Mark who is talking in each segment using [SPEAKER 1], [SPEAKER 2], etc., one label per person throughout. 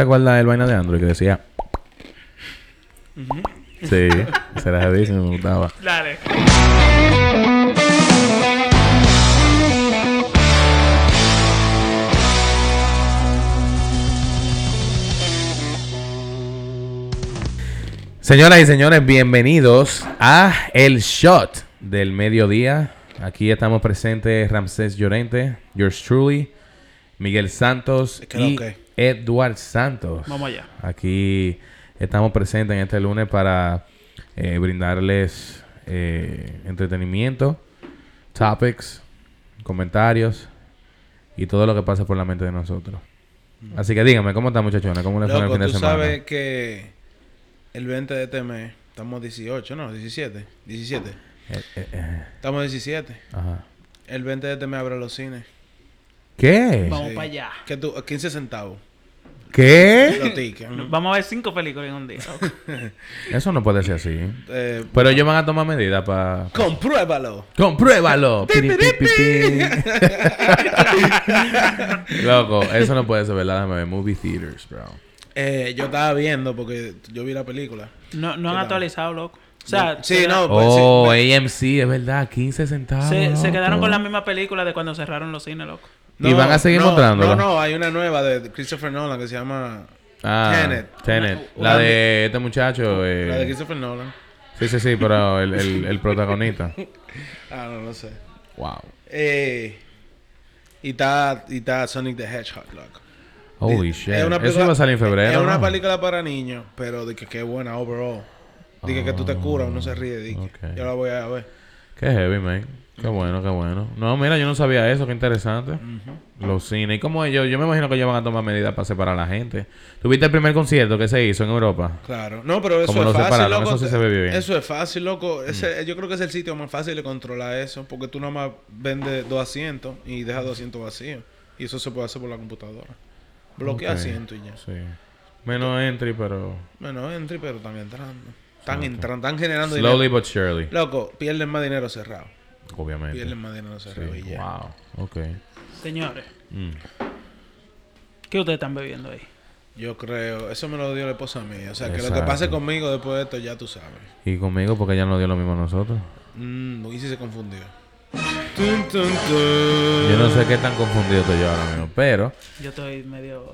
[SPEAKER 1] ¿Recuerdas el vaina de Android que decía? Sí, se las dije me gustaba.
[SPEAKER 2] Dale.
[SPEAKER 1] Señoras y señores, bienvenidos a El Shot del Mediodía. Aquí estamos presentes Ramsés Llorente, yours truly, Miguel Santos
[SPEAKER 3] Es que
[SPEAKER 1] y
[SPEAKER 3] lo que.
[SPEAKER 1] Edward Santos.
[SPEAKER 2] Vamos allá.
[SPEAKER 1] Aquí estamos presentes en este lunes para eh, brindarles eh, entretenimiento, topics, comentarios y todo lo que pasa por la mente de nosotros. Así que díganme, ¿cómo están muchachones? ¿Cómo les fue en el
[SPEAKER 3] Mm. Loco,
[SPEAKER 1] fin de
[SPEAKER 3] tú
[SPEAKER 1] semana?
[SPEAKER 3] sabes que el 20 de este mes estamos 18, no, 17. 17.
[SPEAKER 1] Eh, eh, eh,
[SPEAKER 3] Estamos 17.
[SPEAKER 1] ajá.
[SPEAKER 3] El 20 de este mes abre los cines.
[SPEAKER 1] ¿Qué?
[SPEAKER 2] Vamos
[SPEAKER 3] Sí.
[SPEAKER 2] para allá.
[SPEAKER 3] Que tú, 15 centavos.
[SPEAKER 1] ¿Qué?
[SPEAKER 3] Los tickets. ¿no?
[SPEAKER 2] Vamos a ver cinco películas en un día. Ok.
[SPEAKER 1] Eso no puede ser así.
[SPEAKER 3] Eh,
[SPEAKER 1] Pero ellos van a tomar medidas para...
[SPEAKER 3] compruébalo.
[SPEAKER 1] ¡Compruébalo! Piri, pi, pi, pi. Loco, eso no puede ser, ¿verdad? Déjame ver. Movie theaters, bro.
[SPEAKER 3] Eh, yo estaba viendo porque yo vi la película.
[SPEAKER 2] No, no han
[SPEAKER 3] Claro.
[SPEAKER 2] actualizado, loco. O sea,
[SPEAKER 3] Sí,
[SPEAKER 2] se-
[SPEAKER 3] no. Pues, sí,
[SPEAKER 1] Oh,
[SPEAKER 3] ve-
[SPEAKER 1] AMC, es verdad, 15 centavos.
[SPEAKER 2] Se, se quedaron
[SPEAKER 1] loco.
[SPEAKER 2] con la misma película de cuando cerraron los cines, loco.
[SPEAKER 1] Y van a seguir
[SPEAKER 3] no,
[SPEAKER 1] mostrándola.
[SPEAKER 3] No, no, hay una nueva de Christopher Nolan que se llama.
[SPEAKER 1] Ah, Tenet.
[SPEAKER 3] Tenet.
[SPEAKER 1] La de este muchacho. eh,
[SPEAKER 3] La de Christopher Nolan.
[SPEAKER 1] Sí, sí, sí, pero el, el, el protagonista.
[SPEAKER 3] Ah, no, no sé.
[SPEAKER 1] Wow.
[SPEAKER 3] Eh, y está y está Sonic the Hedgehog, loco.
[SPEAKER 1] Holy
[SPEAKER 3] Dice,
[SPEAKER 1] shit.
[SPEAKER 3] es una
[SPEAKER 1] Eso
[SPEAKER 3] película-
[SPEAKER 1] iba a salir en febrero.
[SPEAKER 3] Es una
[SPEAKER 1] ¿no?
[SPEAKER 3] película para niños, pero de que, que es buena overall. Dije que tú te curas, uno se ríe. Dije,
[SPEAKER 1] Ah, ok.
[SPEAKER 3] yo la voy a ver.
[SPEAKER 1] Qué heavy, man. Qué bueno, qué bueno. No, mira, yo no sabía eso, qué interesante. Los cines. ¿Y cómo ellos? Yo me imagino que ellos van a tomar medidas para separar a la gente. ¿Tuviste el primer concierto que se hizo en Europa?
[SPEAKER 3] Claro. No, pero eso
[SPEAKER 1] Como lo
[SPEAKER 3] es fácil,
[SPEAKER 1] separaron,
[SPEAKER 3] loco.
[SPEAKER 1] eso sí se ve bien. Mm.
[SPEAKER 3] Eso es fácil, loco. Ese- Yo creo que es el sitio más fácil de controlar eso, porque tú nomás vendes dos asientos y dejas dos asientos vacíos. Y eso se puede hacer por la computadora. Bloquea
[SPEAKER 1] Ok.
[SPEAKER 3] asientos y ya.
[SPEAKER 1] Sí. Menos entry, pero...
[SPEAKER 3] Bueno, entry, pero están entrando. Están entrando, están generando
[SPEAKER 1] Slowly
[SPEAKER 3] dinero.
[SPEAKER 1] but surely.
[SPEAKER 3] Loco, pierden más dinero cerrado.
[SPEAKER 1] Obviamente.
[SPEAKER 3] Pierden más dinero cerrado y
[SPEAKER 1] Sí.
[SPEAKER 3] ya.
[SPEAKER 1] Wow. Ok.
[SPEAKER 2] Señores,
[SPEAKER 1] Mm.
[SPEAKER 2] ¿qué ustedes están bebiendo ahí?
[SPEAKER 3] Yo creo, eso me lo dio la esposa mía. O sea, que lo que
[SPEAKER 1] Exacto.
[SPEAKER 3] pase conmigo después de esto ya tú sabes.
[SPEAKER 1] Y conmigo porque ya no dio lo mismo a nosotros.
[SPEAKER 3] Mmm, y si se confundió. Tun, tun, tun.
[SPEAKER 1] Yo no sé qué tan confundido estoy yo ahora mismo, pero
[SPEAKER 2] Yo estoy medio...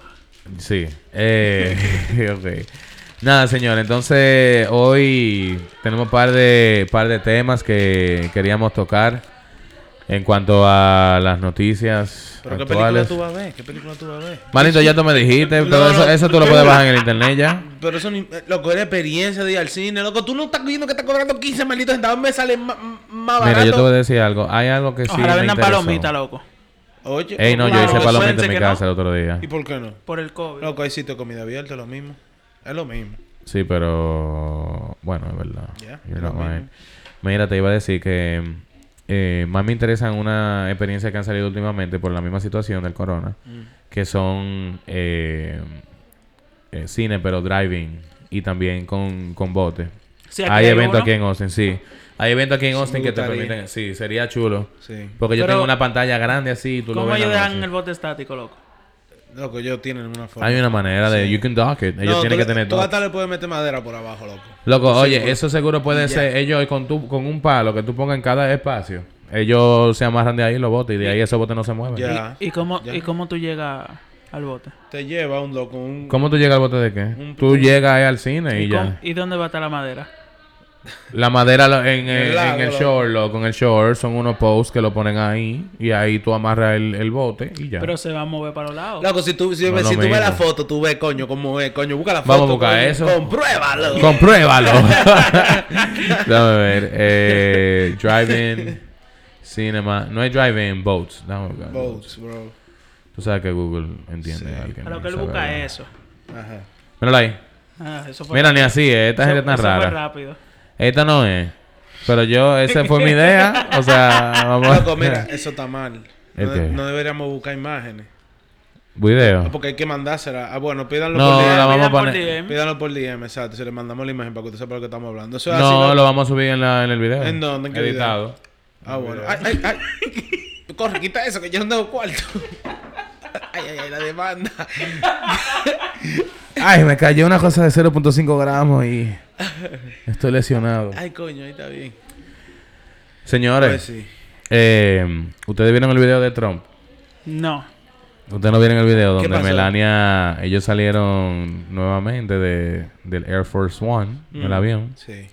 [SPEAKER 1] sí. Eh, ok. Nada, señor. Entonces, hoy tenemos un par de, par de temas que queríamos tocar en cuanto a las noticias
[SPEAKER 3] ¿Pero qué película
[SPEAKER 1] actuales.
[SPEAKER 3] tú vas a ver? ¿Qué película tú vas a ver?
[SPEAKER 1] Manito, ya tú me dijiste,
[SPEAKER 3] No,
[SPEAKER 1] pero eso,
[SPEAKER 3] no.
[SPEAKER 1] eso tú lo puedes bajar en el internet ya.
[SPEAKER 3] Pero eso ni... eh, Loco, era experiencia de ir al cine. Loco, tú no estás viendo que estás cobrando 15 malditos centavos. Me sale ma- m- más barato.
[SPEAKER 1] Mira, yo te voy a decir algo. Hay algo que sí
[SPEAKER 2] Ojalá
[SPEAKER 1] me
[SPEAKER 2] vendan
[SPEAKER 1] interesó.
[SPEAKER 2] palomitas, loco.
[SPEAKER 3] Oye.
[SPEAKER 1] Ey, no, yo
[SPEAKER 2] Claro,
[SPEAKER 1] hice
[SPEAKER 2] que
[SPEAKER 1] palomitas
[SPEAKER 2] suerte
[SPEAKER 1] en mi
[SPEAKER 2] que no.
[SPEAKER 1] casa el otro día.
[SPEAKER 3] ¿Y por qué no?
[SPEAKER 2] Por el COVID.
[SPEAKER 3] Loco, hay sitio de comida abierta, lo mismo. Es lo mismo.
[SPEAKER 1] Sí, pero bueno, es verdad.
[SPEAKER 3] Ya,
[SPEAKER 1] You're
[SPEAKER 3] es
[SPEAKER 1] not
[SPEAKER 3] lo mismo.
[SPEAKER 1] lying. Mira, te iba a decir que eh, más me interesan una experiencia que han salido últimamente por la misma situación del corona,
[SPEAKER 3] Mm.
[SPEAKER 1] que son eh, eh, cine, pero driving y también con, con bote.
[SPEAKER 2] Sí, aquí
[SPEAKER 1] hay,
[SPEAKER 2] hay
[SPEAKER 1] eventos
[SPEAKER 2] uno.
[SPEAKER 1] aquí en Austin, sí. Hay eventos aquí en
[SPEAKER 3] Sí, eh. me
[SPEAKER 1] Austin que te
[SPEAKER 3] gustaría.
[SPEAKER 1] permiten, sí, sería chulo.
[SPEAKER 3] Sí.
[SPEAKER 1] Porque yo
[SPEAKER 2] Pero,
[SPEAKER 1] tengo una pantalla grande así, y tú lo
[SPEAKER 2] ¿Cómo
[SPEAKER 1] ves
[SPEAKER 2] ellos
[SPEAKER 1] nada más
[SPEAKER 2] dejan el
[SPEAKER 1] así.
[SPEAKER 2] bote estático, loco?
[SPEAKER 3] Loco, ellos tienen una forma.
[SPEAKER 1] Hay una manera de
[SPEAKER 3] Sí.
[SPEAKER 1] you can dock it. Ellos tienen
[SPEAKER 3] No, tú
[SPEAKER 1] que
[SPEAKER 3] le-
[SPEAKER 1] tener
[SPEAKER 3] Tú
[SPEAKER 1] dock.
[SPEAKER 3] hasta le puedes meter madera por abajo, loco.
[SPEAKER 1] Loco, oye,
[SPEAKER 3] seguro.
[SPEAKER 1] eso seguro puede
[SPEAKER 3] Ya.
[SPEAKER 1] ser ellos con tu, con un palo que tú pongas en cada espacio. Ellos se amarran de ahí los botes y de ahí esos botes no se mueven.
[SPEAKER 3] Ya.
[SPEAKER 2] ¿Y, y cómo,
[SPEAKER 3] Ya.
[SPEAKER 2] ¿Y cómo tú llegas al bote?
[SPEAKER 3] Te lleva un loco, un...
[SPEAKER 1] ¿Cómo tú llegas al bote de qué?
[SPEAKER 3] Un-
[SPEAKER 1] Tú llegas ahí al cine y,
[SPEAKER 2] cómo-
[SPEAKER 1] ya.
[SPEAKER 2] ¿Y dónde va a estar la madera?
[SPEAKER 1] La madera lo- en,
[SPEAKER 3] El
[SPEAKER 1] el, en
[SPEAKER 3] lago,
[SPEAKER 1] el
[SPEAKER 3] loco.
[SPEAKER 1] shore, loco, en el shore son unos posts que lo ponen ahí y ahí tú amarras el, el bote y ya.
[SPEAKER 2] Pero se va a mover para los lados.
[SPEAKER 3] Loco, si tú, si,
[SPEAKER 1] No
[SPEAKER 3] ves-
[SPEAKER 1] lo
[SPEAKER 3] si tú ves
[SPEAKER 1] mismo.
[SPEAKER 3] la foto, tú ves, coño, cómo es, coño, busca la foto.
[SPEAKER 1] Vamos a buscar
[SPEAKER 3] coño.
[SPEAKER 1] eso.
[SPEAKER 3] Compruébalo.
[SPEAKER 1] Compruébalo. Déjame ver. Eh, drive-in, cinema. No hay drive-in, boats. Déjame buscar.
[SPEAKER 3] Boats, bro.
[SPEAKER 1] Tú sabes que Google entiende
[SPEAKER 3] Sí.
[SPEAKER 1] algo.
[SPEAKER 2] a lo que él busca es eso.
[SPEAKER 3] Ajá.
[SPEAKER 1] Míralo ahí.
[SPEAKER 2] Ah, eso fue
[SPEAKER 1] Mira, ni así es. Esta gente
[SPEAKER 2] eso-
[SPEAKER 1] es tan
[SPEAKER 2] eso fue
[SPEAKER 1] rara.
[SPEAKER 2] rápido.
[SPEAKER 1] Esta no es. Pero yo, esa fue mi idea. O sea, vamos
[SPEAKER 3] Ah, Loco, mira, eso está mal.
[SPEAKER 1] Ah, ¿El
[SPEAKER 3] No, de-
[SPEAKER 1] qué?
[SPEAKER 3] no deberíamos buscar imágenes.
[SPEAKER 1] Video.
[SPEAKER 3] Porque hay que mandársela. Ah, bueno, pídanlo
[SPEAKER 1] No,
[SPEAKER 3] por
[SPEAKER 1] la
[SPEAKER 3] DM.
[SPEAKER 1] vamos a
[SPEAKER 2] Mira por
[SPEAKER 1] poner-
[SPEAKER 2] DM.
[SPEAKER 3] Pídanlo por DM, exacto. Si le mandamos la imagen para que usted sepa lo que estamos hablando. Eso es así,
[SPEAKER 1] No,
[SPEAKER 3] loco.
[SPEAKER 1] lo vamos a subir en, la, en el video.
[SPEAKER 3] ¿En dónde? ¿En qué video?
[SPEAKER 1] Editado.
[SPEAKER 3] Ah, bueno. Ay, ay, ay. Corre, quita eso, que yo no tengo cuarto. Ay, ay, ay, la demanda.
[SPEAKER 1] Ay, me cayó una cosa de 0.5 gramos y estoy lesionado.
[SPEAKER 3] Ay, coño, ahí está bien. Pues
[SPEAKER 1] Señores,
[SPEAKER 3] sí.
[SPEAKER 1] eh, ustedes vieron el video de Trump.
[SPEAKER 2] No.
[SPEAKER 1] Ustedes no vieron el video
[SPEAKER 3] ¿Qué
[SPEAKER 1] donde
[SPEAKER 3] pasó?
[SPEAKER 1] Melania, ellos salieron nuevamente de, del Air Force One, del
[SPEAKER 3] Mm.
[SPEAKER 1] avión,
[SPEAKER 3] Sí.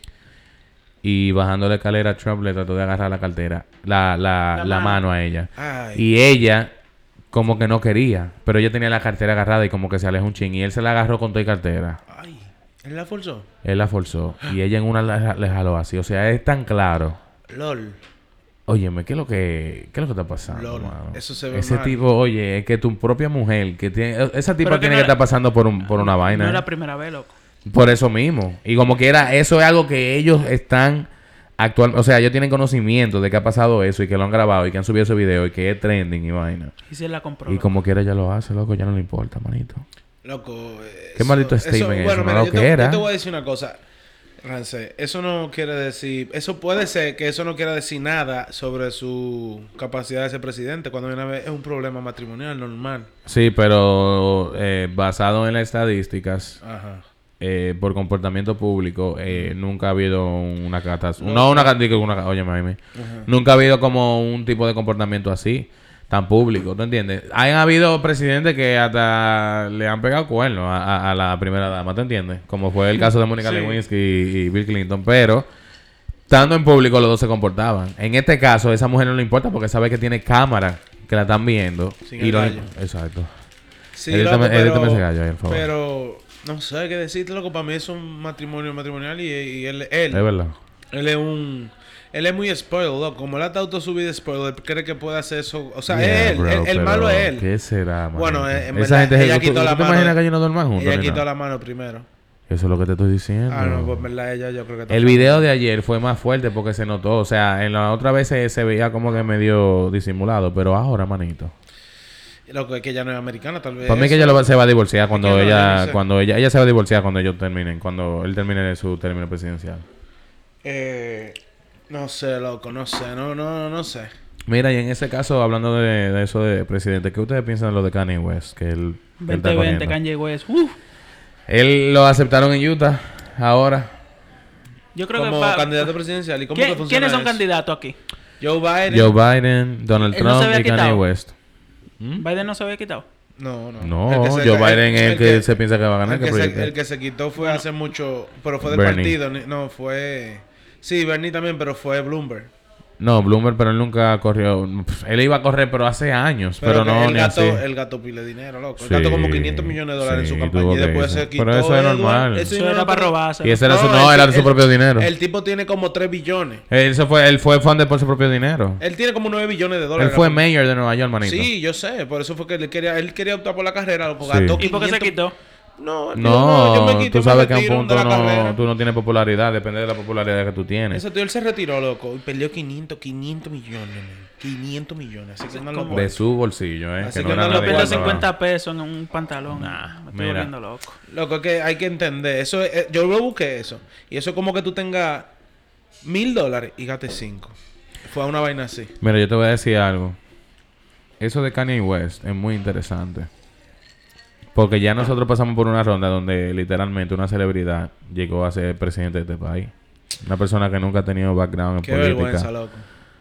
[SPEAKER 1] y bajando la escalera, Trump le trató de agarrar la cartera, la, la,
[SPEAKER 2] La
[SPEAKER 1] la
[SPEAKER 2] mano.
[SPEAKER 1] mano a ella.
[SPEAKER 3] Ay.
[SPEAKER 1] Y ella, como que no quería, pero ella tenía la cartera agarrada y como que se alejó un ching, y él se la agarró con toda y cartera.
[SPEAKER 3] Ay. ¿Él la forzó?
[SPEAKER 1] Él la forzó, y ella en una la- le jaló así. O sea, es tan claro.
[SPEAKER 3] LOL.
[SPEAKER 1] Óyeme, ¿qué es lo que, qué es lo que está pasando,
[SPEAKER 3] Lol,
[SPEAKER 1] mano?
[SPEAKER 3] eso se ve
[SPEAKER 1] Ese
[SPEAKER 3] mal.
[SPEAKER 1] tipo, oye, es que tu propia mujer, que tiene, esa tipa tiene
[SPEAKER 2] que no
[SPEAKER 1] que
[SPEAKER 2] era-
[SPEAKER 1] estar pasando por, un, por una vaina.
[SPEAKER 2] No es
[SPEAKER 1] ¿eh?
[SPEAKER 2] la primera vez, loco.
[SPEAKER 1] Por eso mismo. Y como quiera, eso es algo que ellos están actual, o sea, ellos tienen conocimiento de que ha pasado eso y que lo han grabado y que han subido ese video y que es trending y vaina.
[SPEAKER 2] Y si él la compró.
[SPEAKER 1] Y
[SPEAKER 2] loco.
[SPEAKER 1] como quiera ya lo hace, loco, ya no le importa, manito.
[SPEAKER 3] Loco. eh,
[SPEAKER 1] Qué
[SPEAKER 3] eso-
[SPEAKER 1] maldito
[SPEAKER 3] eso-
[SPEAKER 1] statement eso,
[SPEAKER 3] mira,
[SPEAKER 1] no lo
[SPEAKER 3] yo,
[SPEAKER 1] que
[SPEAKER 3] te, yo
[SPEAKER 1] era.
[SPEAKER 3] te voy a decir una cosa, Rance. Eso no quiere decir. Eso puede ser que eso no quiera decir nada sobre su capacidad de ser presidente. Cuando viene a ver, es un problema matrimonial normal.
[SPEAKER 1] Sí, pero eh, basado en las estadísticas,
[SPEAKER 3] Ajá.
[SPEAKER 1] eh, por comportamiento público, eh, nunca ha habido una catástrofe. No, una catástrofe, una... Oye, mami. Nunca ha habido como un tipo de comportamiento así, tan público, ¿tú entiendes? Han habido presidentes que hasta le han pegado cuernos a, a- a la primera dama, ¿te entiendes? Como fue el caso de Mónica
[SPEAKER 3] Sí.
[SPEAKER 1] Lewinsky y, y Bill Clinton, pero... Estando en público, los dos se comportaban. En este caso, esa mujer no le importa porque sabe que tiene cámara que la están viendo.
[SPEAKER 3] Sin
[SPEAKER 1] y
[SPEAKER 3] el
[SPEAKER 1] lo-
[SPEAKER 3] gallo.
[SPEAKER 1] Exacto.
[SPEAKER 3] Sí,
[SPEAKER 1] Edítame-
[SPEAKER 3] loco, pero,
[SPEAKER 1] edítame ese gallo ahí, por favor.
[SPEAKER 3] pero no sé qué decirte, loco. Para mí es un matrimonio matrimonial y, y él, él,
[SPEAKER 1] Es verdad.
[SPEAKER 3] él es un... Él es muy spoiled, loco. Como él está autosubido spoiled, él cree que puede hacer eso. O sea,
[SPEAKER 1] Yeah,
[SPEAKER 3] es él.
[SPEAKER 1] bro,
[SPEAKER 3] el, el
[SPEAKER 1] pero
[SPEAKER 3] malo es él.
[SPEAKER 1] ¿Qué será, man?
[SPEAKER 3] Bueno, eh, en
[SPEAKER 1] Esa
[SPEAKER 3] verdad,
[SPEAKER 1] gente
[SPEAKER 3] ella
[SPEAKER 1] ¿tú-
[SPEAKER 3] quitó
[SPEAKER 1] tú
[SPEAKER 3] la
[SPEAKER 1] te
[SPEAKER 3] mano-
[SPEAKER 1] imaginas que ellos no duerman juntos?
[SPEAKER 3] Ella
[SPEAKER 1] ni
[SPEAKER 3] quitó
[SPEAKER 1] nada?
[SPEAKER 3] la mano primero.
[SPEAKER 1] Eso es lo que te estoy diciendo.
[SPEAKER 3] Ah, no, pues en verdad ella yo creo que... está
[SPEAKER 1] El video de ayer fue más fuerte porque se notó. O sea, en la otra vez se, se veía como que medio disimulado. Pero ahora, manito.
[SPEAKER 3] Lo que es que ella no es americana, tal vez.
[SPEAKER 1] Para mí que ella lo va- se va a divorciar cuando
[SPEAKER 3] que no, no
[SPEAKER 1] ella...
[SPEAKER 3] sé.
[SPEAKER 1] cuando ella... Ella se va a divorciar cuando ellos terminen. Cuando él termine su término presidencial.
[SPEAKER 3] Eh, no sé, loco, no sé, no, no, no sé.
[SPEAKER 1] Mira, y en ese caso, hablando de, de eso de presidente, ¿qué ustedes piensan de lo de Kanye West? Que él... él está
[SPEAKER 2] 2020,
[SPEAKER 1] corriendo?
[SPEAKER 2] Kanye West. Uf.
[SPEAKER 1] Él lo aceptaron en Utah. Ahora...
[SPEAKER 2] Yo creo
[SPEAKER 3] como
[SPEAKER 2] que... pa-
[SPEAKER 3] candidato presidencial, ¿y cómo
[SPEAKER 2] ¿Quién-
[SPEAKER 3] que funciona
[SPEAKER 2] ¿Quiénes son
[SPEAKER 3] eso?
[SPEAKER 2] candidatos aquí?
[SPEAKER 3] Joe Biden.
[SPEAKER 1] Joe Biden, Donald
[SPEAKER 2] Él no
[SPEAKER 1] Trump
[SPEAKER 2] se había
[SPEAKER 1] y Kanye
[SPEAKER 2] quitado.
[SPEAKER 1] West.
[SPEAKER 2] Biden no se había quitado.
[SPEAKER 3] No, no.
[SPEAKER 1] No,
[SPEAKER 3] El que se-
[SPEAKER 1] Joe Biden es el que, se piensa que va a ganar.
[SPEAKER 3] El que,
[SPEAKER 1] que
[SPEAKER 3] se,
[SPEAKER 1] proyecta.
[SPEAKER 3] el que se quitó fue hace mucho, pero fue del
[SPEAKER 1] Bernie.
[SPEAKER 3] partido, ni- no, fue... Sí, Bernie también, pero fue Bloomberg.
[SPEAKER 1] No, Bloomberg, pero él nunca corrió. Pff, Él iba a correr, pero hace años, pero,
[SPEAKER 3] que
[SPEAKER 1] no
[SPEAKER 3] el
[SPEAKER 1] ni
[SPEAKER 3] gato,
[SPEAKER 1] así.
[SPEAKER 3] el gato pile dinero, loco. El gato como
[SPEAKER 1] Sí,
[SPEAKER 3] 500 millones de dólares
[SPEAKER 1] sí,
[SPEAKER 3] en su campaña
[SPEAKER 1] tuvo
[SPEAKER 3] y
[SPEAKER 1] que
[SPEAKER 3] después
[SPEAKER 1] irse.
[SPEAKER 3] se quitó.
[SPEAKER 1] Pero eso es
[SPEAKER 3] Eduardo.
[SPEAKER 1] normal.
[SPEAKER 3] Ese
[SPEAKER 1] Eso
[SPEAKER 2] Eso
[SPEAKER 3] dinero
[SPEAKER 2] era
[SPEAKER 3] no
[SPEAKER 2] para
[SPEAKER 3] tiene-
[SPEAKER 2] robarse.
[SPEAKER 1] Y ese era su.
[SPEAKER 3] No,
[SPEAKER 1] No,
[SPEAKER 3] el-
[SPEAKER 1] era de su
[SPEAKER 3] el-
[SPEAKER 1] propio dinero.
[SPEAKER 3] El tipo tiene como 3 billones.
[SPEAKER 1] Él, se fue, él fue funded por su propio dinero.
[SPEAKER 3] Él tiene como 9 billones de
[SPEAKER 1] él
[SPEAKER 3] dólares.
[SPEAKER 1] fue mayor de Nueva York, manito.
[SPEAKER 3] Sí, yo sé. Por eso fue que él quería, él quería optar por la carrera. Loco,
[SPEAKER 1] Sí.
[SPEAKER 3] gastó
[SPEAKER 2] ¿Y por qué se
[SPEAKER 3] 500
[SPEAKER 2] quitó?
[SPEAKER 3] No, yo
[SPEAKER 1] No,
[SPEAKER 3] yo me quito,
[SPEAKER 1] tú sabes que
[SPEAKER 3] me
[SPEAKER 1] a un
[SPEAKER 3] retiro de la
[SPEAKER 1] punto no,
[SPEAKER 3] carrera.
[SPEAKER 1] tú no tienes popularidad, depende de la popularidad que tú tienes.
[SPEAKER 3] Eso, tío, él se retiró, loco. Y perdió 500, 500 millones, man. 500 millones. Así que no lo
[SPEAKER 2] ¿Cómo?
[SPEAKER 3] puedo-
[SPEAKER 1] De su bolsillo, ¿eh?
[SPEAKER 3] Así
[SPEAKER 1] que no
[SPEAKER 3] que
[SPEAKER 1] era nada
[SPEAKER 2] Yo
[SPEAKER 3] no lo
[SPEAKER 2] pierdo
[SPEAKER 1] igual,
[SPEAKER 3] pierdas
[SPEAKER 1] ¿no?
[SPEAKER 2] 50 pesos en un pantalón. Ah,
[SPEAKER 1] Nah,
[SPEAKER 2] me estoy
[SPEAKER 1] mira.
[SPEAKER 2] volviendo loco.
[SPEAKER 3] Loco, es que hay que entender. Eso es- eh, yo lo busqué eso. Y eso es como que tú tengas mil dólares y gastes cinco. Fue una vaina así.
[SPEAKER 1] Mira, yo te voy a decir algo. Eso de Kanye West es muy interesante. Porque ya nosotros pasamos por una ronda donde literalmente una celebridad llegó a ser presidente de este país. Una persona que nunca ha tenido background en
[SPEAKER 3] Qué vergüenza,
[SPEAKER 1] política.
[SPEAKER 3] loco.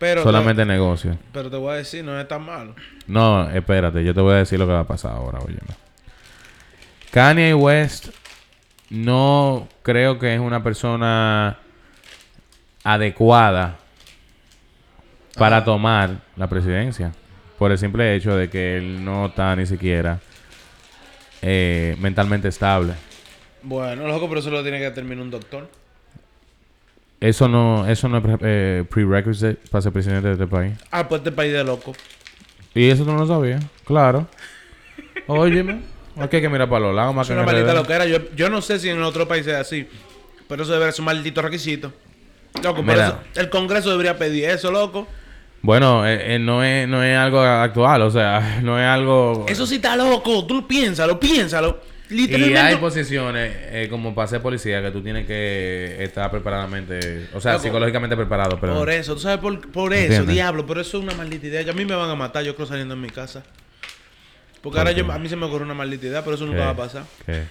[SPEAKER 3] Pero,
[SPEAKER 1] solamente en negocio.
[SPEAKER 3] pero te voy a decir, no es tan malo.
[SPEAKER 1] No, espérate, yo te voy a decir lo que va a pasar ahora, oye. Kanye West no creo que es una persona adecuada para tomar la presidencia. Por el simple hecho de que él no está ni siquiera eh, mentalmente estable.
[SPEAKER 3] Bueno, loco, pero eso lo tiene que determinar un doctor.
[SPEAKER 1] Eso no, eso no es pre- eh, prerequisite para ser presidente de este país.
[SPEAKER 3] Ah, pues este país de loco.
[SPEAKER 1] Y eso tú no lo sabías, claro. Óyeme, aquí hay que mirar para los lados más
[SPEAKER 3] Es
[SPEAKER 1] que
[SPEAKER 3] una
[SPEAKER 1] en
[SPEAKER 3] maldita
[SPEAKER 1] RD.
[SPEAKER 3] loquera. Yo, yo no sé si en otro país es así. Pero eso debería ser un maldito requisito. Loco, por
[SPEAKER 1] Mira.
[SPEAKER 3] eso el Congreso debería pedir eso, loco.
[SPEAKER 1] Bueno, eh, eh, no, es, no es algo actual, o sea, no es algo...
[SPEAKER 3] Eso sí está loco. Tú piénsalo, piénsalo.
[SPEAKER 1] y hay
[SPEAKER 3] Literalmente.
[SPEAKER 1] posiciones, eh, como para ser policía, que tú tienes que estar preparadamente, o sea,
[SPEAKER 3] Loco.
[SPEAKER 1] psicológicamente preparado, pero...
[SPEAKER 3] por eso, tú sabes por, por eso,
[SPEAKER 1] Entiendo.
[SPEAKER 3] diablo. Pero eso es una maldita idea. A mí me van a matar, yo creo saliendo de mi casa. Porque ahora
[SPEAKER 1] ¿Por
[SPEAKER 3] yo,
[SPEAKER 1] qué?
[SPEAKER 3] a mí se me ocurre una maldita idea, pero eso nunca
[SPEAKER 1] ¿Qué?
[SPEAKER 3] va a pasar.
[SPEAKER 1] ¿Qué?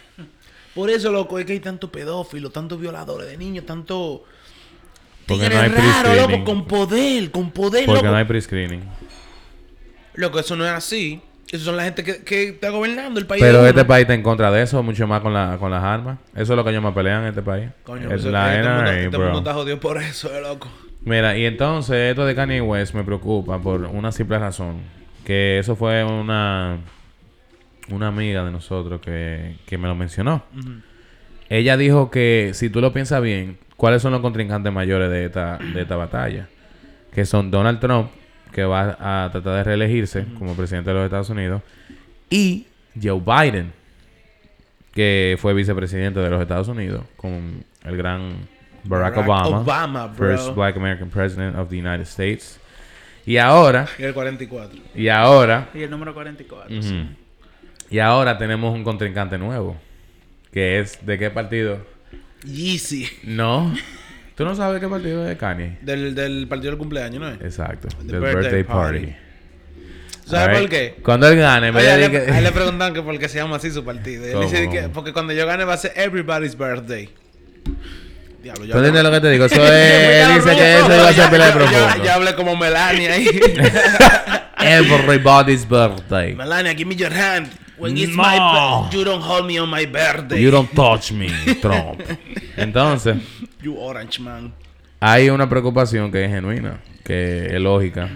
[SPEAKER 3] Por eso, loco, es que hay tantos pedófilos, tantos violadores de niños, tantos...
[SPEAKER 1] Porque
[SPEAKER 3] Tigres
[SPEAKER 1] no hay
[SPEAKER 3] raros, loco,
[SPEAKER 1] pre-screening.
[SPEAKER 3] con poder, con poder,
[SPEAKER 1] Porque
[SPEAKER 3] loco.
[SPEAKER 1] no hay pre-screening.
[SPEAKER 3] Loco, eso no es así. Eso son la gente que, que está gobernando el país. pues,
[SPEAKER 1] Pero
[SPEAKER 3] de
[SPEAKER 1] este
[SPEAKER 3] uno.
[SPEAKER 1] país está en contra de eso, mucho más con, la, con las armas. Eso es lo que ellos más pelean en este país.
[SPEAKER 3] Coño,
[SPEAKER 1] Es
[SPEAKER 3] eso-
[SPEAKER 1] la
[SPEAKER 3] este, mundo,
[SPEAKER 1] NRA,
[SPEAKER 3] este
[SPEAKER 1] bro.
[SPEAKER 3] mundo está jodido por eso, eh, loco.
[SPEAKER 1] Mira, y entonces esto de Kanye West me preocupa por una simple razón. Que eso fue una, una amiga de nosotros que, que me lo mencionó. Ella dijo que, si tú lo piensas bien, ¿cuáles son los contrincantes mayores de esta, de esta batalla? Que son Donald Trump, que va a tratar de reelegirse como presidente de los Estados Unidos, y Joe Biden, que fue vicepresidente de los Estados Unidos con el gran Barack,
[SPEAKER 3] Barack
[SPEAKER 1] Obama.
[SPEAKER 3] Obama, bro.
[SPEAKER 1] First black American president of the United States. Y ahora,
[SPEAKER 3] Y el 44.
[SPEAKER 1] y ahora,
[SPEAKER 2] Y el número 44.
[SPEAKER 1] ujú,
[SPEAKER 2] Pues sí.
[SPEAKER 1] y ahora tenemos un contrincante nuevo. Que es, ¿de qué partido?
[SPEAKER 3] Yeezy.
[SPEAKER 1] No. Tú no sabes qué partido es Kanye.
[SPEAKER 3] Del, del partido del cumpleaños, ¿no es?
[SPEAKER 1] Exacto.
[SPEAKER 3] The
[SPEAKER 1] Del
[SPEAKER 3] birthday
[SPEAKER 1] birthday
[SPEAKER 3] party.
[SPEAKER 1] party.
[SPEAKER 3] ¿Sabes
[SPEAKER 1] Alright.
[SPEAKER 3] por qué?
[SPEAKER 1] Cuando él gane, en vez
[SPEAKER 3] Oye, a
[SPEAKER 1] de
[SPEAKER 3] él,
[SPEAKER 1] que-
[SPEAKER 3] le- a él le preguntan que por qué se llama así su partido. Él
[SPEAKER 1] ¿Cómo,
[SPEAKER 3] dice que
[SPEAKER 1] cómo?
[SPEAKER 3] porque cuando yo gane va a ser everybody's birthday. Diablo,
[SPEAKER 1] ¿Tú entiendes
[SPEAKER 3] hablé-
[SPEAKER 1] lo que te digo? Eso es... él dice que eso iba a ser pila de
[SPEAKER 3] ya- ya
[SPEAKER 1] profundo.
[SPEAKER 3] hablé como Melania ahí.
[SPEAKER 1] Everybody's birthday.
[SPEAKER 3] Melania, give me your hand. When it's
[SPEAKER 1] No.
[SPEAKER 3] my birthday, you don't hold me on my birthday.
[SPEAKER 1] You don't touch me, Trump. Entonces...
[SPEAKER 3] You orange man.
[SPEAKER 1] hay una preocupación que es genuina, que es lógica.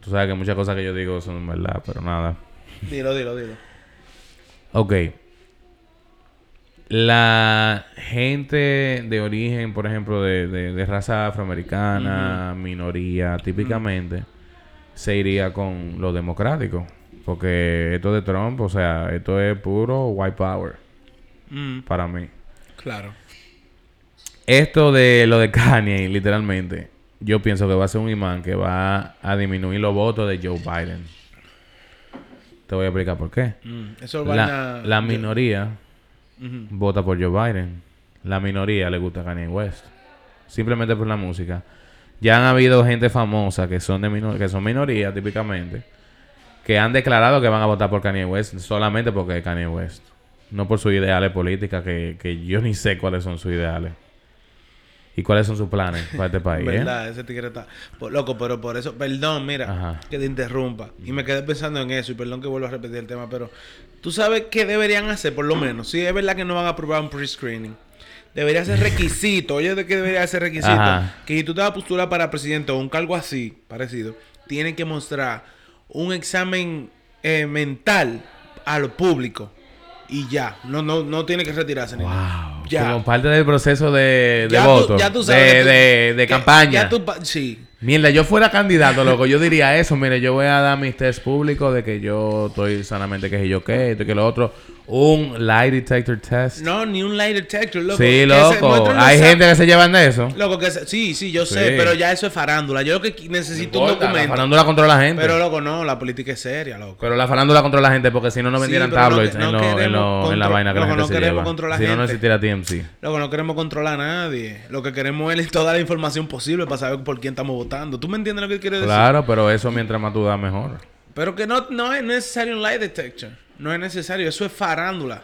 [SPEAKER 1] Tú sabes que muchas cosas que yo digo son verdad, pero nada.
[SPEAKER 3] Dilo, dilo, dilo.
[SPEAKER 1] Ok. La gente de origen, por ejemplo, de, de- de raza afroamericana, minoría, típicamente, se iría con lo democrático. Porque esto de Trump, o sea, esto es puro white power
[SPEAKER 3] Mm.
[SPEAKER 1] para mí.
[SPEAKER 3] claro.
[SPEAKER 1] Esto de lo de Kanye, literalmente, yo pienso que va a ser un imán que va a disminuir los votos de Joe Biden. Te voy a explicar por qué.
[SPEAKER 3] Mm. Eso va
[SPEAKER 1] La,
[SPEAKER 3] a...
[SPEAKER 1] la minoría
[SPEAKER 3] Ujú.
[SPEAKER 1] vota por Joe Biden. La minoría le gusta Kanye West. Simplemente por la música. Ya han habido gente famosa que son de minor- que son minoría típicamente que han declarado que van a votar por Kanye West solamente porque es Kanye West. No por sus ideales políticas, que, que yo ni sé cuáles son sus ideales. Y cuáles son sus planes para este país. ¿eh?
[SPEAKER 3] ¿Verdad? Ese tigre está... po- Loco, pero por eso... Perdón, mira.
[SPEAKER 1] Ajá.
[SPEAKER 3] Que te interrumpa. Y me quedé pensando en eso. Y perdón que vuelvo a repetir el tema. Pero tú sabes qué deberían hacer, por lo menos. Si es verdad que no van a aprobar un pre-screening. Debería ser requisito. Oye, ¿de qué debería ser requisito?
[SPEAKER 1] Ajá.
[SPEAKER 3] Que si tú te vas a postular para presidente o un cargo así, parecido, tienen que mostrar un examen eh, mental a lo público. Y ya. No, no, no tiene que retirarse. ni nada.
[SPEAKER 1] Wow.
[SPEAKER 3] Ya.
[SPEAKER 1] Como parte del proceso de, de
[SPEAKER 3] Ya tú-
[SPEAKER 1] voto.
[SPEAKER 3] ya tú
[SPEAKER 1] de,
[SPEAKER 3] sabes que tú-
[SPEAKER 1] de- de
[SPEAKER 3] que-
[SPEAKER 1] campaña.
[SPEAKER 3] ya tú pa- sí.
[SPEAKER 1] Mierda, yo fuera candidato, loco, yo diría eso. Mire, yo voy a dar mis test públicos de que yo estoy sanamente que sé yo qué, esto y que lo otro. Un lie detector test.
[SPEAKER 3] No, ni un light detector, loco.
[SPEAKER 1] sí,
[SPEAKER 3] Que se
[SPEAKER 1] loco.
[SPEAKER 3] muestren los
[SPEAKER 1] Hay
[SPEAKER 3] zap-
[SPEAKER 1] gente que se llevan de eso.
[SPEAKER 3] Loco, que se- sí, sí, yo sé,
[SPEAKER 1] Sí.
[SPEAKER 3] pero ya eso es farándula. Yo lo que qui- necesito
[SPEAKER 1] No
[SPEAKER 3] un
[SPEAKER 1] importa, La
[SPEAKER 3] documento.
[SPEAKER 1] farándula controla la gente.
[SPEAKER 3] Pero, loco, no, la política es seria, loco.
[SPEAKER 1] Pero la farándula controla la gente porque si no, no
[SPEAKER 3] Sí,
[SPEAKER 1] vendieran
[SPEAKER 3] pero no
[SPEAKER 1] tabloids
[SPEAKER 3] que-
[SPEAKER 1] en,
[SPEAKER 3] no
[SPEAKER 1] lo- en
[SPEAKER 3] queremos
[SPEAKER 1] lo- en la
[SPEAKER 3] contro-
[SPEAKER 1] vaina que la
[SPEAKER 3] loco,
[SPEAKER 1] gente
[SPEAKER 3] no
[SPEAKER 1] se
[SPEAKER 3] queremos
[SPEAKER 1] lleva.
[SPEAKER 3] controlar
[SPEAKER 1] si no, no
[SPEAKER 3] gente.
[SPEAKER 1] existiera TMC.
[SPEAKER 3] Loco, no queremos controlar a nadie. Lo que queremos es toda la información posible para saber por quién estamos votando. ¿Tú me entiendes lo que quiero decir?
[SPEAKER 1] Claro, pero eso mientras más tú das, mejor.
[SPEAKER 3] Pero que no, no es necesario un light detector. No es necesario. Eso es farándula.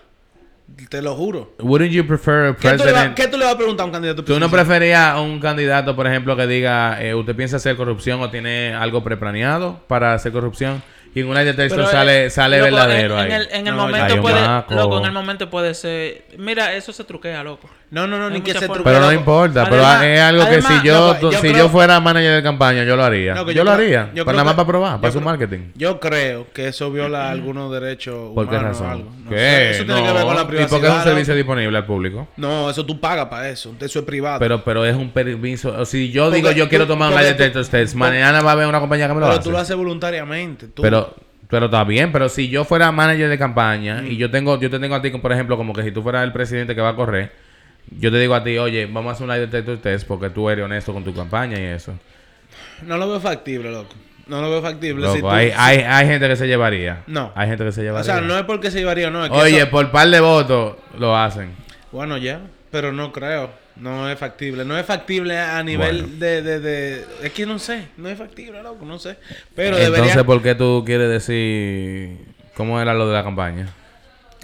[SPEAKER 3] Te lo juro.
[SPEAKER 1] Wouldn't you prefer a
[SPEAKER 3] ¿Qué tú, le va-
[SPEAKER 1] president...
[SPEAKER 3] qué tú le vas a preguntar a un candidato
[SPEAKER 1] ¿Tú no
[SPEAKER 3] presidencial?
[SPEAKER 1] preferías a un candidato, por ejemplo, que diga, eh, usted piensa hacer corrupción o tiene algo preplaneado para hacer corrupción? Y en un live texto
[SPEAKER 2] Pero,
[SPEAKER 1] sale,
[SPEAKER 2] eh,
[SPEAKER 1] sale
[SPEAKER 2] loco,
[SPEAKER 1] verdadero
[SPEAKER 2] en,
[SPEAKER 1] ahí.
[SPEAKER 2] En el, en el
[SPEAKER 3] No,
[SPEAKER 1] hay un
[SPEAKER 2] momento puede,
[SPEAKER 1] maco.
[SPEAKER 2] loco, en el momento puede ser. Mira, eso se truquea, loco.
[SPEAKER 3] No, no, no,
[SPEAKER 2] Hay
[SPEAKER 3] ni que
[SPEAKER 2] muchas
[SPEAKER 3] se
[SPEAKER 2] formas.
[SPEAKER 3] truque.
[SPEAKER 1] Pero no
[SPEAKER 3] loco.
[SPEAKER 1] importa,
[SPEAKER 2] Además-
[SPEAKER 1] pero es algo que
[SPEAKER 3] además,
[SPEAKER 1] si yo,
[SPEAKER 3] loco, yo
[SPEAKER 1] si
[SPEAKER 3] creo-
[SPEAKER 1] yo fuera manager de campaña, yo lo haría.
[SPEAKER 3] No, que
[SPEAKER 1] yo,
[SPEAKER 3] yo
[SPEAKER 1] lo
[SPEAKER 3] creo-
[SPEAKER 1] haría.
[SPEAKER 3] yo
[SPEAKER 1] Para nada
[SPEAKER 3] creo
[SPEAKER 1] más
[SPEAKER 3] que-
[SPEAKER 1] para probar,
[SPEAKER 3] yo
[SPEAKER 1] para su
[SPEAKER 3] creo-
[SPEAKER 1] marketing.
[SPEAKER 3] Yo creo que eso viola algunos derechos humanos.
[SPEAKER 1] ¿Por qué
[SPEAKER 3] o
[SPEAKER 1] razón?
[SPEAKER 3] algo. No sé,
[SPEAKER 1] ¿Qué?
[SPEAKER 3] Eso tiene que ver con la
[SPEAKER 1] No,
[SPEAKER 3] privacidad.
[SPEAKER 1] Y porque es un
[SPEAKER 3] ¿no?
[SPEAKER 1] servicio disponible al público.
[SPEAKER 3] No, eso tú pagas para eso. Eso es privado. Pero,
[SPEAKER 1] Pero, pero es un permiso. O si yo
[SPEAKER 3] Porque
[SPEAKER 1] digo yo
[SPEAKER 3] tú-
[SPEAKER 1] quiero tomar un
[SPEAKER 3] porque
[SPEAKER 1] live
[SPEAKER 3] tú-
[SPEAKER 1] detector test,
[SPEAKER 3] porque-
[SPEAKER 1] mañana va a haber una compañía que me lo hace.
[SPEAKER 3] tú lo haces voluntariamente. Tú.
[SPEAKER 1] Pero, pero está bien, pero si yo fuera manager de campaña
[SPEAKER 3] Mm.
[SPEAKER 1] y yo tengo, yo te tengo a ti, por ejemplo, como que si tú fueras el presidente que va a correr, yo te digo a ti, oye, vamos a hacer un live detector test porque tú eres honesto con tu campaña y eso.
[SPEAKER 3] No lo veo factible, loco. No lo veo factible.
[SPEAKER 1] Loco,
[SPEAKER 3] Si tú-
[SPEAKER 1] hay, hay, hay gente que se llevaría.
[SPEAKER 3] No.
[SPEAKER 1] Hay gente que se llevaría.
[SPEAKER 3] O sea, no es porque se llevaría, no. Es que
[SPEAKER 1] oye,
[SPEAKER 3] eso-
[SPEAKER 1] por par de votos lo hacen.
[SPEAKER 3] Bueno, ya. Pero no creo. No es factible. No es factible a nivel
[SPEAKER 1] Bueno.
[SPEAKER 3] de, de, de- Es que no sé. No es factible, loco. No sé. Pero
[SPEAKER 1] Entonces,
[SPEAKER 3] debería...
[SPEAKER 1] ¿por qué tú quieres decir ¿Cómo era lo de la campaña?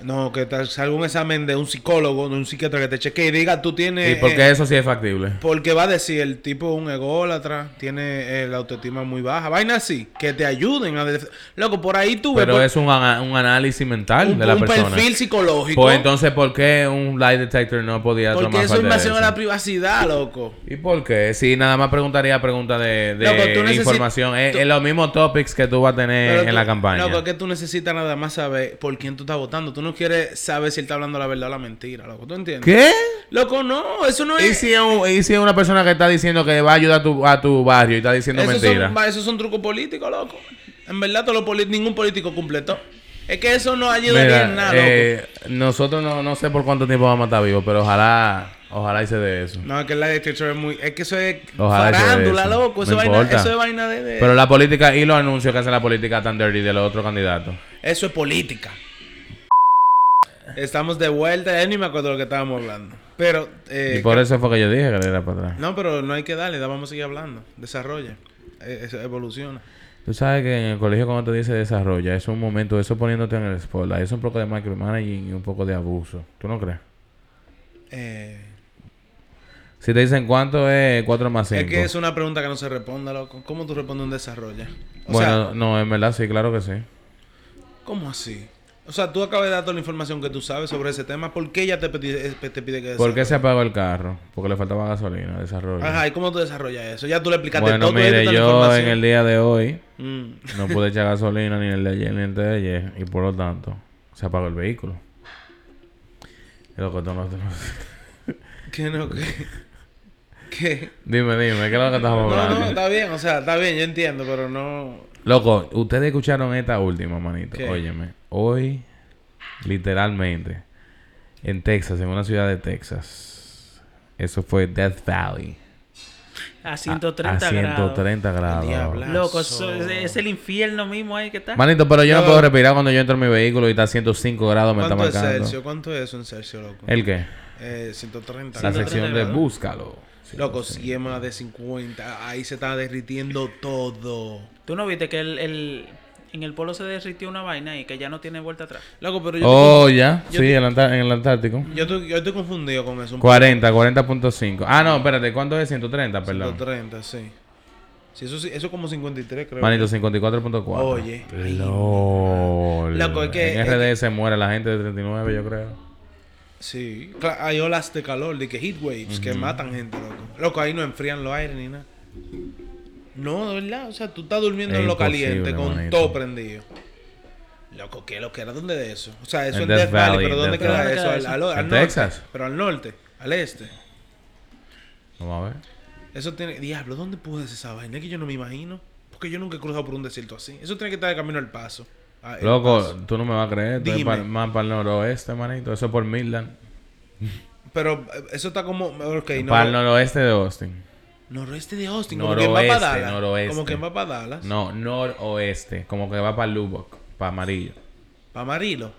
[SPEAKER 3] No, que te salga un examen de un psicólogo, de un psiquiatra que te chequee y diga, tú
[SPEAKER 1] ¿Y
[SPEAKER 3] tienes...
[SPEAKER 1] por qué
[SPEAKER 3] eh,
[SPEAKER 1] eso sí es factible?
[SPEAKER 3] Porque va a decir, el tipo es un ególatra, tiene eh, la autoestima muy baja. Vaina así, que te ayuden a... def- Loco, por ahí tú ves
[SPEAKER 1] Pero
[SPEAKER 3] por-
[SPEAKER 1] es un, ana- un análisis mental
[SPEAKER 3] un,
[SPEAKER 1] de la
[SPEAKER 3] un
[SPEAKER 1] persona.
[SPEAKER 3] perfil psicológico.
[SPEAKER 1] Pues entonces, ¿por qué un lie detector no podía
[SPEAKER 3] porque
[SPEAKER 1] tomar
[SPEAKER 3] eso es
[SPEAKER 1] parte de
[SPEAKER 3] invasión a
[SPEAKER 1] eso?
[SPEAKER 3] la privacidad, loco.
[SPEAKER 1] ¿Y por qué? Si nada más preguntaría preguntas de, de
[SPEAKER 3] Loco, tú necesi-
[SPEAKER 1] información. Es,
[SPEAKER 3] tú-
[SPEAKER 1] es los mismos topics que tú vas a tener
[SPEAKER 3] Pero
[SPEAKER 1] en
[SPEAKER 3] tú-
[SPEAKER 1] la campaña.
[SPEAKER 3] No, porque tú necesitas nada más saber por quién tú estás votando. Tú no quieres saber si él está hablando la verdad o la mentira, loco. ¿Tú entiendes?
[SPEAKER 1] ¿Qué?
[SPEAKER 3] Loco, no, eso no eh.
[SPEAKER 1] ¿Y
[SPEAKER 3] es.
[SPEAKER 1] si, es un- y si es una persona que está diciendo que va a ayudar a tu, a tu barrio y está diciendo
[SPEAKER 3] esos,
[SPEAKER 1] mentiras?
[SPEAKER 3] Son, va, esos son trucos políticos, loco. En verdad, todos los poli- ningún político cumple todo. Es que eso no ayudaría
[SPEAKER 1] Mira,
[SPEAKER 3] en nada, loco.
[SPEAKER 1] eh, nosotros no, no sé por cuánto tiempo vamos a estar vivos, pero ojalá, ojalá hice de eso.
[SPEAKER 3] No, es que la escritura es muy. Es que eso es
[SPEAKER 1] Ojalá sea
[SPEAKER 3] farándula,
[SPEAKER 1] eso.
[SPEAKER 3] loco. Eso,
[SPEAKER 1] No
[SPEAKER 3] vaina,
[SPEAKER 1] importa.
[SPEAKER 3] eso es vaina de. de-
[SPEAKER 1] Pero la política y los anuncios que hace la política tan dirty de los otros candidatos.
[SPEAKER 3] Eso es política. Estamos de vuelta. Ya ni me acuerdo de lo que estábamos hablando. Pero. eh,
[SPEAKER 1] y por eso fue que yo dije que le era para atrás.
[SPEAKER 3] No, pero no hay que darle, da- vamos a seguir hablando. Desarrolla, Eh, eso evoluciona.
[SPEAKER 1] Tú sabes que en el colegio cuando te dice desarrolla, eso es un momento, eso poniéndote en el spotlight, eso es un poco de micromanaging y un poco de abuso. ¿Tú no crees?
[SPEAKER 3] Eh,
[SPEAKER 1] Si te dicen cuánto es 4 más 5.
[SPEAKER 3] es que es una pregunta que no se responda, loco. ¿Cómo tú respondes un desarrolla? O
[SPEAKER 1] Bueno, no, en verdad sí, claro que sí.
[SPEAKER 3] sea, ¿cómo así? O sea, tú acabas de dar toda la información que tú sabes sobre ese tema. ¿Por qué ella te pide, eh, te pide que
[SPEAKER 1] ¿Por qué
[SPEAKER 3] desarrolle?
[SPEAKER 1] se apagó el carro? Porque le faltaba gasolina, desarrollo.
[SPEAKER 3] Ajá, ¿y cómo tú desarrollas eso? Ya tú le explicaste
[SPEAKER 1] bueno,
[SPEAKER 3] todo. tú le diste
[SPEAKER 1] mire,
[SPEAKER 3] la
[SPEAKER 1] yo en
[SPEAKER 3] información.
[SPEAKER 1] el día de hoy
[SPEAKER 3] Mm.
[SPEAKER 1] no pude echar gasolina ni el de ayer ni el de ayer y por lo tanto se apagó el vehículo. Y Loco, tú no- tú no-
[SPEAKER 3] ¿Qué no? ¿Qué? ¿Qué?
[SPEAKER 1] Dime, dime, ¿qué es lo que estamos
[SPEAKER 3] No,
[SPEAKER 1] hablando?
[SPEAKER 3] no, está bien, o sea, está bien, yo entiendo, pero no...
[SPEAKER 1] Loco, ustedes escucharon esta última, manito.
[SPEAKER 3] ¿Qué?
[SPEAKER 1] Óyeme, hoy, literalmente, en Texas, en una ciudad de Texas, eso fue Death Valley.
[SPEAKER 2] A
[SPEAKER 1] A-
[SPEAKER 2] 130
[SPEAKER 1] a,
[SPEAKER 2] grados.
[SPEAKER 1] 130 grados.
[SPEAKER 3] diabla.
[SPEAKER 2] Loco, eso es, es el infierno mismo ahí que está.
[SPEAKER 1] Manito, pero yo no
[SPEAKER 3] No.
[SPEAKER 1] puedo respirar cuando yo entro en mi vehículo y está a 105 grados, me está
[SPEAKER 3] ¿Cuánto es
[SPEAKER 1] marcando.
[SPEAKER 3] Celsius? ¿Cuánto es eso en Celsius, loco?
[SPEAKER 1] ¿El qué?
[SPEAKER 3] Eh, 130.
[SPEAKER 1] La
[SPEAKER 2] 130
[SPEAKER 1] sección de
[SPEAKER 2] grados.
[SPEAKER 1] búscalo.
[SPEAKER 3] Loco, si es más de 50, ahí se está derritiendo todo.
[SPEAKER 2] Tú no viste que el, el- en el polo se derritió una vaina y que ya no tiene vuelta atrás.
[SPEAKER 3] Loco, pero yo,
[SPEAKER 1] Oh, ya.
[SPEAKER 3] yo
[SPEAKER 1] Sí, en el Antá- en el Antártico.
[SPEAKER 3] estoy, yo, estoy, yo estoy confundido con eso. Un
[SPEAKER 1] 40, 40.5. Ah, no, espérate, ¿cuánto es 130? Perdón.
[SPEAKER 3] 130, sí. Sí, eso, sí- eso es como 53, creo.
[SPEAKER 1] Manito, 54.4.
[SPEAKER 3] Oye.
[SPEAKER 1] LOL.
[SPEAKER 3] Loco, es que-
[SPEAKER 1] En
[SPEAKER 3] es
[SPEAKER 1] RD se muere la gente de 39, yo creo.
[SPEAKER 3] Sí. Cla- Hay olas de calor, de que heat waves, que matan gente, loco. Loco, ahí no enfrían los aires ni nada. No, de verdad. O sea, tú estás durmiendo
[SPEAKER 1] Es
[SPEAKER 3] en lo caliente,
[SPEAKER 1] imposible,
[SPEAKER 3] con
[SPEAKER 1] manito.
[SPEAKER 3] todo prendido. Loco, ¿qué lo que era? ¿Dónde de eso? O sea, eso
[SPEAKER 1] En
[SPEAKER 3] en
[SPEAKER 1] Death
[SPEAKER 3] Death, Valley,
[SPEAKER 1] Valley,
[SPEAKER 3] pero ¿dónde
[SPEAKER 1] Death
[SPEAKER 3] queda
[SPEAKER 2] Valley.
[SPEAKER 3] eso? Al, al- al
[SPEAKER 1] ¿En
[SPEAKER 3] norte.
[SPEAKER 1] Texas?
[SPEAKER 3] Pero al norte, al este.
[SPEAKER 1] Vamos a ver.
[SPEAKER 3] Eso tiene. Diablo, ¿dónde pude hacer esa vaina? Es que yo no me imagino. Porque yo nunca he cruzado por un desierto así. Eso tiene que estar de camino al paso. A- el
[SPEAKER 1] Loco,
[SPEAKER 3] paso.
[SPEAKER 1] tú no me vas a creer. Esto es
[SPEAKER 3] Eh, pues, Dime.
[SPEAKER 1] pa- más para el noroeste, manito. Eso es por Midland.
[SPEAKER 3] Pero eh, eso está como. Ok, no.
[SPEAKER 1] para el noroeste de Austin.
[SPEAKER 3] Noroeste de Austin. como que va
[SPEAKER 1] Noroeste,
[SPEAKER 3] para Dallas.
[SPEAKER 1] noroeste.
[SPEAKER 3] Como que va para Dallas.
[SPEAKER 1] No, noroeste. Como que va para Lubbock, para Amarillo.
[SPEAKER 3] Para Amarillo.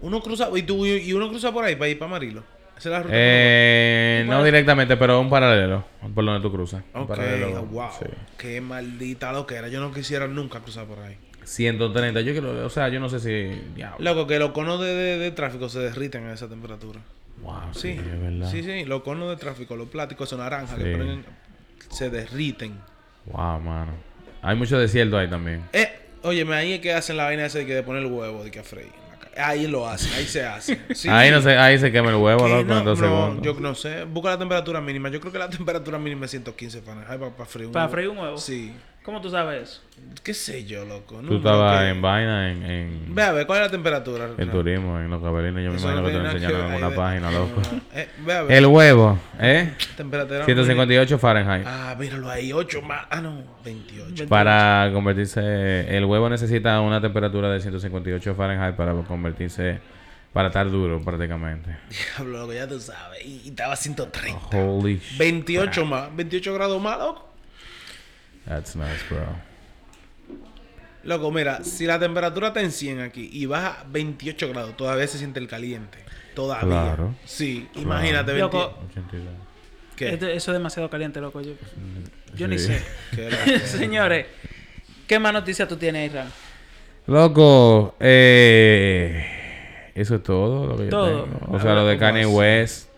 [SPEAKER 3] Uno cruza. Y, tú, y uno cruza por ahí para ir para Amarillo. Esa es la ruta.
[SPEAKER 1] Eh, no directamente, pero un paralelo. Por donde tú cruzas. Un
[SPEAKER 3] ok, ah,
[SPEAKER 1] paralelo,
[SPEAKER 3] wow.
[SPEAKER 1] sí.
[SPEAKER 3] Qué maldita loquera. Yo no quisiera nunca cruzar por ahí.
[SPEAKER 1] Ah, 130. Yo quiero, o sea, yo no sé si. Diablo.
[SPEAKER 3] Loco, que los conos de, de- de tráfico se derriten a esa temperatura.
[SPEAKER 1] Wow, sí,
[SPEAKER 3] Sí,
[SPEAKER 1] es verdad.
[SPEAKER 3] sí, sí, los conos de tráfico, los plásticos, esos naranjas
[SPEAKER 1] Sí.
[SPEAKER 3] que ponen, se derriten.
[SPEAKER 1] Wow, mano. Hay mucho desierto ahí también.
[SPEAKER 3] Eh, óyeme, ahí es que hacen la vaina esa de que de poner el huevo de que a freír. en la ca- Ahí lo hacen, ahí se hace. Sí.
[SPEAKER 1] ahí, no se, ahí se quema el huevo,
[SPEAKER 3] Que
[SPEAKER 1] loco,
[SPEAKER 3] no,
[SPEAKER 1] en dos
[SPEAKER 3] no,
[SPEAKER 1] segundos.
[SPEAKER 3] yo no sé. Busca la temperatura mínima. Yo creo que la temperatura mínima es 115 Fahrenheit para, freír un
[SPEAKER 2] ¿Para
[SPEAKER 3] huevo.
[SPEAKER 2] freír un huevo?
[SPEAKER 3] Sí.
[SPEAKER 2] ¿Cómo tú sabes eso?
[SPEAKER 3] ¿Qué sé yo, loco?
[SPEAKER 1] Tú estabas en vaina, en, en,
[SPEAKER 3] Ve a ver, ¿cuál es la temperatura?
[SPEAKER 1] en
[SPEAKER 3] Eso
[SPEAKER 1] turismo, en los cabelinos. Yo me
[SPEAKER 3] no
[SPEAKER 1] imagino que te lo
[SPEAKER 3] tiene nada
[SPEAKER 1] enseñaron en
[SPEAKER 3] ver,
[SPEAKER 1] alguna
[SPEAKER 3] ahí
[SPEAKER 1] página,
[SPEAKER 3] ve.
[SPEAKER 1] loco.
[SPEAKER 3] No, no, eh, ve a ver.
[SPEAKER 1] El huevo, ¿eh?
[SPEAKER 3] Temperatura
[SPEAKER 1] 158 Fahrenheit.
[SPEAKER 3] Ah, míralo ahí, 8 más. Ah, no, 28.
[SPEAKER 1] Para convertirse, el huevo necesita una temperatura de 158 Fahrenheit para convertirse, para estar duro prácticamente.
[SPEAKER 3] Diablo, loco, ya tú sabes. Y, y estaba 130.
[SPEAKER 1] Holy shit.
[SPEAKER 3] 28 más. 28 grados más, loco.
[SPEAKER 1] That's nice, bro.
[SPEAKER 3] Loco, mira, si la temperatura está en 100 aquí y baja 28 grados, todavía se siente el caliente. Todavía.
[SPEAKER 1] Claro.
[SPEAKER 3] Sí, imagínate. 20...
[SPEAKER 2] Loco. este-
[SPEAKER 1] 82.
[SPEAKER 3] ¿Qué?
[SPEAKER 2] Esto- eso es demasiado caliente, loco. Yo, yo ni
[SPEAKER 1] Sí.
[SPEAKER 2] sé.
[SPEAKER 3] ¿Qué era?
[SPEAKER 2] Señores, ¿qué más noticias tú tienes, Ram?
[SPEAKER 1] Loco, eh, eso es todo lo que yo
[SPEAKER 2] Todo.
[SPEAKER 1] tengo. O
[SPEAKER 2] Ahora,
[SPEAKER 1] sea, lo de
[SPEAKER 2] ¿cómo
[SPEAKER 1] Kanye
[SPEAKER 2] es?
[SPEAKER 1] West.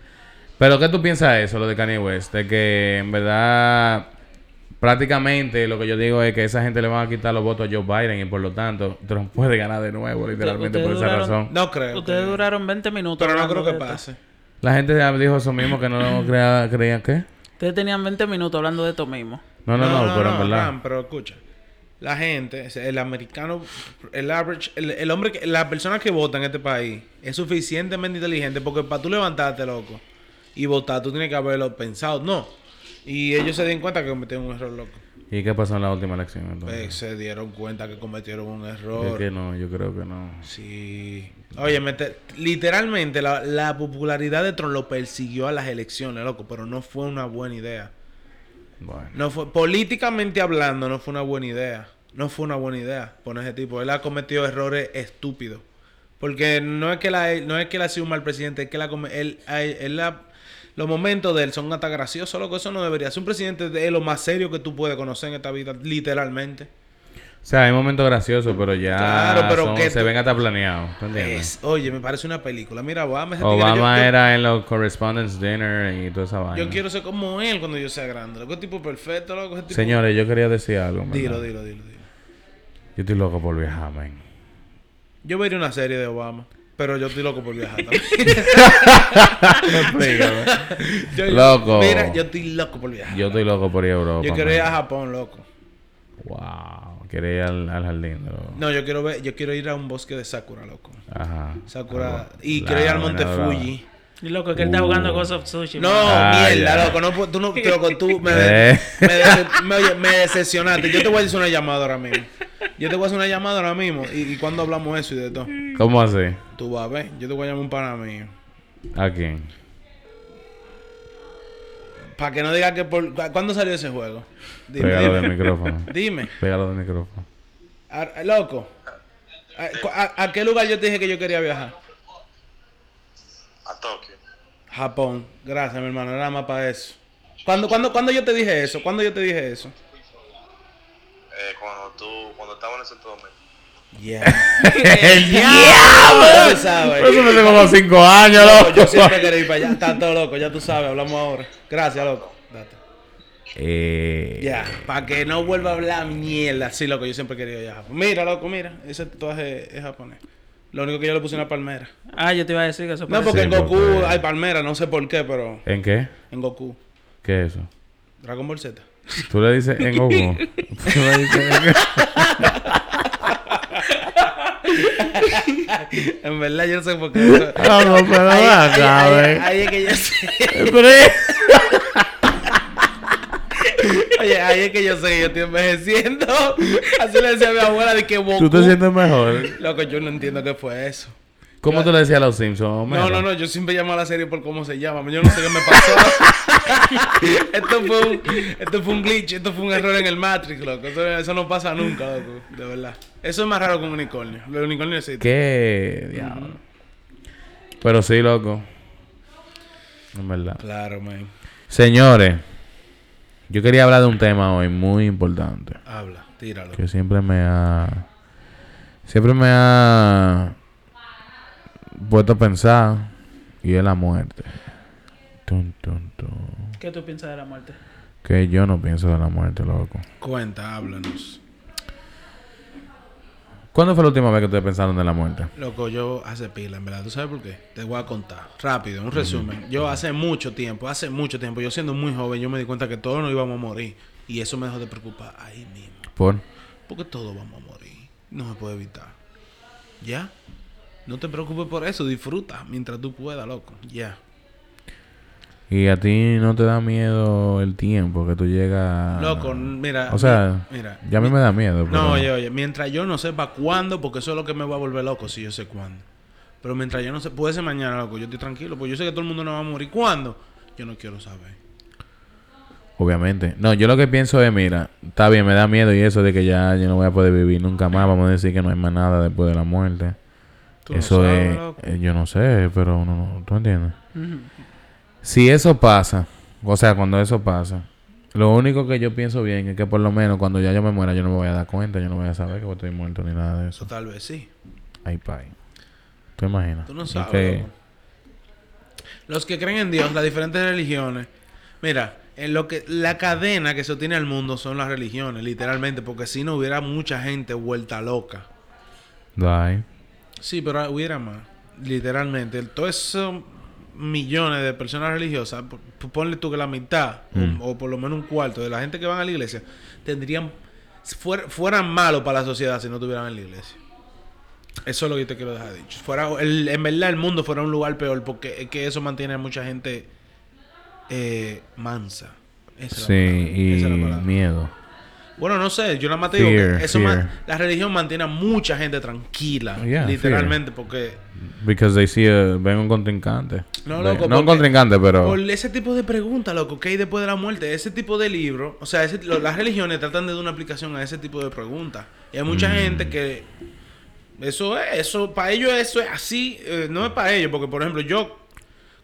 [SPEAKER 1] Pero ¿qué tú piensas de eso, lo de Kanye West? De que en verdad prácticamente lo que yo digo es que esa gente le van a quitar los votos a Joe Biden y por lo tanto Trump puede ganar de nuevo, literalmente por
[SPEAKER 2] ustedes
[SPEAKER 1] esa
[SPEAKER 2] duraron-
[SPEAKER 1] razón.
[SPEAKER 3] No creo.
[SPEAKER 2] Ustedes
[SPEAKER 3] que-
[SPEAKER 2] duraron 20 minutos.
[SPEAKER 3] Pero no
[SPEAKER 2] hablando
[SPEAKER 3] creo que
[SPEAKER 2] de esto.
[SPEAKER 3] pase.
[SPEAKER 1] La gente ya dijo eso mismo que no creía, creía que.
[SPEAKER 2] Ustedes tenían 20 minutos hablando de esto mismo.
[SPEAKER 1] No, no, no, pero en verdad.
[SPEAKER 3] Ram, pero escucha. La gente, el americano, el average, el, el hombre, que, la persona que vota en este país es suficientemente inteligente porque para tú levantarte, loco, y votar, tú tienes que haberlo pensado. No. Y ellos se dieron cuenta que cometieron un error, loco.
[SPEAKER 1] ¿Y qué pasó en la última elección? entonces?
[SPEAKER 3] Eh, se dieron cuenta que cometieron un
[SPEAKER 1] Yo
[SPEAKER 3] error.
[SPEAKER 1] que no, yo creo que no.
[SPEAKER 3] Sí. Oye, literalmente la, la popularidad de Trump lo persiguió a las elecciones, loco, pero no fue una buena idea.
[SPEAKER 1] Bueno.
[SPEAKER 3] No fue, políticamente hablando, no fue una buena idea. No fue una buena idea poner ese tipo. Él ha cometido errores estúpidos. Porque no es que la, no es que él ha sido un mal presidente, es que él, ha come- él- a- él ha- los momentos de él son hasta graciosos, loco. Eso no debería ser. Un presidente es lo más serio que tú puedes conocer en esta vida, literalmente.
[SPEAKER 1] O sea, hay momentos graciosos, pero ya
[SPEAKER 3] Claro, pero
[SPEAKER 1] son-
[SPEAKER 3] que
[SPEAKER 1] se
[SPEAKER 3] tú-
[SPEAKER 1] ven hasta planeados. ¿tú entiendes?
[SPEAKER 3] Es- oye, me parece una película. Mira, Obama, ese tigre, yo-
[SPEAKER 1] Obama
[SPEAKER 3] yo-
[SPEAKER 1] era en los correspondence dinner y toda esa vaina.
[SPEAKER 3] Yo quiero ser como él cuando yo sea grande. Loco, es tipo perfecto, loco. es tipo-
[SPEAKER 1] Señores, yo quería decir algo. en
[SPEAKER 3] Dilo,
[SPEAKER 1] verdad.
[SPEAKER 3] dilo, dilo, dilo.
[SPEAKER 1] Yo estoy loco por viajar, man.
[SPEAKER 3] Yo vería una serie de Obama. Pero yo estoy loco por viajar también. Yo-
[SPEAKER 1] Loco.
[SPEAKER 3] Mira, yo estoy loco por viajar.
[SPEAKER 1] Yo estoy loco por ir a Europa.
[SPEAKER 3] Yo quiero ir a
[SPEAKER 1] man.
[SPEAKER 3] Japón, loco.
[SPEAKER 1] Wow. Quiero ir al, al jardín. loco.
[SPEAKER 3] No, yo quiero ver, yo quiero ir a un bosque de Sakura, loco.
[SPEAKER 1] Ajá.
[SPEAKER 3] Sakura.
[SPEAKER 1] Algo- Ah,
[SPEAKER 3] Y
[SPEAKER 1] la
[SPEAKER 3] quiero ir al Monte
[SPEAKER 1] vaina dorada.
[SPEAKER 3] Fuji.
[SPEAKER 2] Y loco, es que él está
[SPEAKER 1] Uh.
[SPEAKER 2] jugando Ghost of Sushi.
[SPEAKER 3] No,
[SPEAKER 2] man.
[SPEAKER 1] Ah,
[SPEAKER 3] mierda,
[SPEAKER 1] ya.
[SPEAKER 3] loco. No, pu- tú no, loco, tú me,
[SPEAKER 1] Eh.
[SPEAKER 3] me dece- me- oye, me decepcionaste. Yo te voy a hacer una llamada ahora mismo. Yo te voy a hacer una llamada ahora mismo. Y, y cuando hablamos eso y de todo.
[SPEAKER 1] Eh, ¿Cómo así?
[SPEAKER 3] Tú vas a ver. Yo te voy a llamar un pana mío.
[SPEAKER 1] ¿A quién?
[SPEAKER 3] Para que no digas que por... ¿cu- ¿Cuándo salió ese juego? Dime,
[SPEAKER 1] Pégalo del
[SPEAKER 3] dime.
[SPEAKER 1] micrófono.
[SPEAKER 3] Dime.
[SPEAKER 1] Pégalo del micrófono.
[SPEAKER 3] A- a- loco. A, cu- a- a qué lugar yo te dije que yo quería viajar?
[SPEAKER 4] a Tokio.
[SPEAKER 3] Japón. Gracias, mi hermano. Era más para eso. ¿Cuándo, cuándo, cuándo yo te dije eso? ¿Cuándo yo te dije eso?
[SPEAKER 4] Eh, cuando tú, cuando estábamos en el Santo Domingo.
[SPEAKER 3] Yeah.
[SPEAKER 1] ¡El
[SPEAKER 3] ya
[SPEAKER 1] diablo!
[SPEAKER 3] tú sabes.
[SPEAKER 1] Eso me hace como cinco años,
[SPEAKER 3] Loco,
[SPEAKER 1] loco.
[SPEAKER 3] eh. yo siempre quería ir para allá. Está todo loco. Ya tú sabes. Hablamos ahora. Gracias, loco. Date.
[SPEAKER 1] Eh,
[SPEAKER 3] Ya. Para que no vuelva a hablar mierda. Sí, loco. Yo siempre quería ir a Japón. Mira, loco. Mira. Ese tatuaje es japonés. Lo único que yo le puse una palmera.
[SPEAKER 2] Ah, yo te iba a decir que eso
[SPEAKER 3] No,
[SPEAKER 2] parece-
[SPEAKER 3] porque en
[SPEAKER 1] Sí,
[SPEAKER 3] Goku
[SPEAKER 1] porque-
[SPEAKER 3] hay palmera, no sé por qué, pero
[SPEAKER 1] ¿En qué?
[SPEAKER 3] en Goku.
[SPEAKER 1] ¿Qué es eso?
[SPEAKER 3] Dragon Ball Z.
[SPEAKER 1] Tú le dices en Goku. Tú le dices en
[SPEAKER 3] en verdad, yo no sé por qué. eso-
[SPEAKER 1] Vamos, pero
[SPEAKER 3] ahí,
[SPEAKER 1] va
[SPEAKER 3] ahí-
[SPEAKER 1] acá,
[SPEAKER 3] ahí-
[SPEAKER 1] ven.
[SPEAKER 3] ahí es que yo sé.
[SPEAKER 1] Pero es-
[SPEAKER 3] Oye, ahí es que yo sé que yo estoy envejeciendo. Así le decía a mi abuela de que Goku.
[SPEAKER 1] Tú te sientes mejor.
[SPEAKER 3] Loco, yo no entiendo qué fue eso.
[SPEAKER 1] ¿Cómo tú le decías a los Simpsons?
[SPEAKER 3] No, no, no, yo siempre llamo a la serie por cómo se llama. Yo no sé qué me pasó. esto, fue un, esto fue un glitch, esto fue un error en el Matrix, loco. Eso, eso no pasa nunca, loco, de verdad. Eso es más raro que un unicornio. Los unicornios existen.
[SPEAKER 1] ¿Qué diablo? Pero sí, loco. En verdad.
[SPEAKER 3] Claro, man.
[SPEAKER 1] Señores, yo quería hablar de un tema hoy muy importante.
[SPEAKER 3] Habla, tíralo.
[SPEAKER 1] Que siempre me ha. Siempre me ha. puesto a pensar. Y es la muerte. Tun, tun, tun.
[SPEAKER 2] ¿Qué tú piensas de la muerte?
[SPEAKER 1] Que yo no pienso de la muerte, loco.
[SPEAKER 3] Cuenta, háblanos.
[SPEAKER 1] ¿Cuándo fue la última vez que ustedes pensaron de la muerte?
[SPEAKER 3] Loco, yo hace pila, en verdad. ¿Tú sabes por qué? Te voy a contar. Rápido, un resumen. Yo hace mucho tiempo, hace mucho tiempo, yo siendo muy joven, yo me di cuenta que todos nos íbamos a morir. Y eso me dejó de preocupar ahí mismo.
[SPEAKER 1] Por.
[SPEAKER 3] Porque todos vamos a morir. No se puede evitar. ¿Ya? No te preocupes por eso. Disfruta mientras tú puedas, loco. Ya.
[SPEAKER 1] ¿Y a ti no te da miedo el tiempo que tú llegas?
[SPEAKER 3] Loco, mira.
[SPEAKER 1] O sea,
[SPEAKER 3] mira.
[SPEAKER 1] ya a mí me da miedo.
[SPEAKER 3] No,
[SPEAKER 1] pero-
[SPEAKER 3] oye, oye, mientras yo no sepa cuándo, porque eso es lo que me va a volver loco si yo sé cuándo. Pero mientras yo no sé, puede ser mañana, loco, yo estoy tranquilo, porque yo sé que todo el mundo no va a morir. ¿Cuándo? Yo no quiero saber.
[SPEAKER 1] Obviamente. No, yo lo que pienso es, mira, está bien, me da miedo y eso de que ya yo no voy a poder vivir nunca más. Vamos a decir que no hay más nada después de la muerte.
[SPEAKER 3] Tú no
[SPEAKER 1] eso
[SPEAKER 3] sabes,
[SPEAKER 1] es,
[SPEAKER 3] loco.
[SPEAKER 1] eh, yo no sé, pero uno no, ¿tú entiendes? Si eso pasa, o sea, cuando eso pasa, Lo único que yo pienso bien es que por lo menos cuando ya yo me muera yo no me voy a dar cuenta, yo no voy a saber que estoy muerto ni nada de eso.
[SPEAKER 3] Eso tal vez sí.
[SPEAKER 1] Ay, pay. ¿Tú imaginas?
[SPEAKER 3] Tú no
[SPEAKER 1] Y
[SPEAKER 3] sabes,
[SPEAKER 1] que-
[SPEAKER 3] loco. Los que creen en Dios, las diferentes religiones. Mira, en lo que la cadena que sostiene al mundo son las religiones, literalmente, porque si no hubiera mucha gente vuelta loca.
[SPEAKER 1] Ay.
[SPEAKER 3] Sí, pero hubiera más, literalmente. Todos esos millones de personas religiosas, p- p- ponle tú que la mitad, o-
[SPEAKER 1] Mm.
[SPEAKER 3] o, por lo menos un cuarto de la gente que van a la iglesia, tendrían fuer- fueran malos para la sociedad si no estuvieran en la iglesia. Eso es lo que yo te quiero dejar dicho. Fuera, el- en verdad el mundo fuera un lugar peor porque es que eso mantiene a mucha gente eh, mansa. Esa es la
[SPEAKER 1] Sí,
[SPEAKER 3] palabra,
[SPEAKER 1] y
[SPEAKER 3] esa es la palabra.
[SPEAKER 1] miedo.
[SPEAKER 3] Bueno, no sé, yo nada más te digo
[SPEAKER 1] Fear,
[SPEAKER 3] que eso ma-
[SPEAKER 1] fear. Oh,
[SPEAKER 3] la religión mantiene a mucha gente tranquila,
[SPEAKER 1] Yeah,
[SPEAKER 3] literalmente, porque
[SPEAKER 1] Because they see a, ven un contrincante.
[SPEAKER 3] No,
[SPEAKER 1] Ven-
[SPEAKER 3] loco,
[SPEAKER 1] no un
[SPEAKER 3] porque-
[SPEAKER 1] contrincante, pero
[SPEAKER 3] por ese tipo de preguntas, loco, que hay después de la muerte, ese tipo de libro, o sea, ese- lo- las religiones tratan de dar una aplicación a ese tipo de preguntas. Y hay
[SPEAKER 1] Mm.
[SPEAKER 3] mucha gente que eso es, eso para ellos eso es así, eh, no es para ellos, porque por ejemplo yo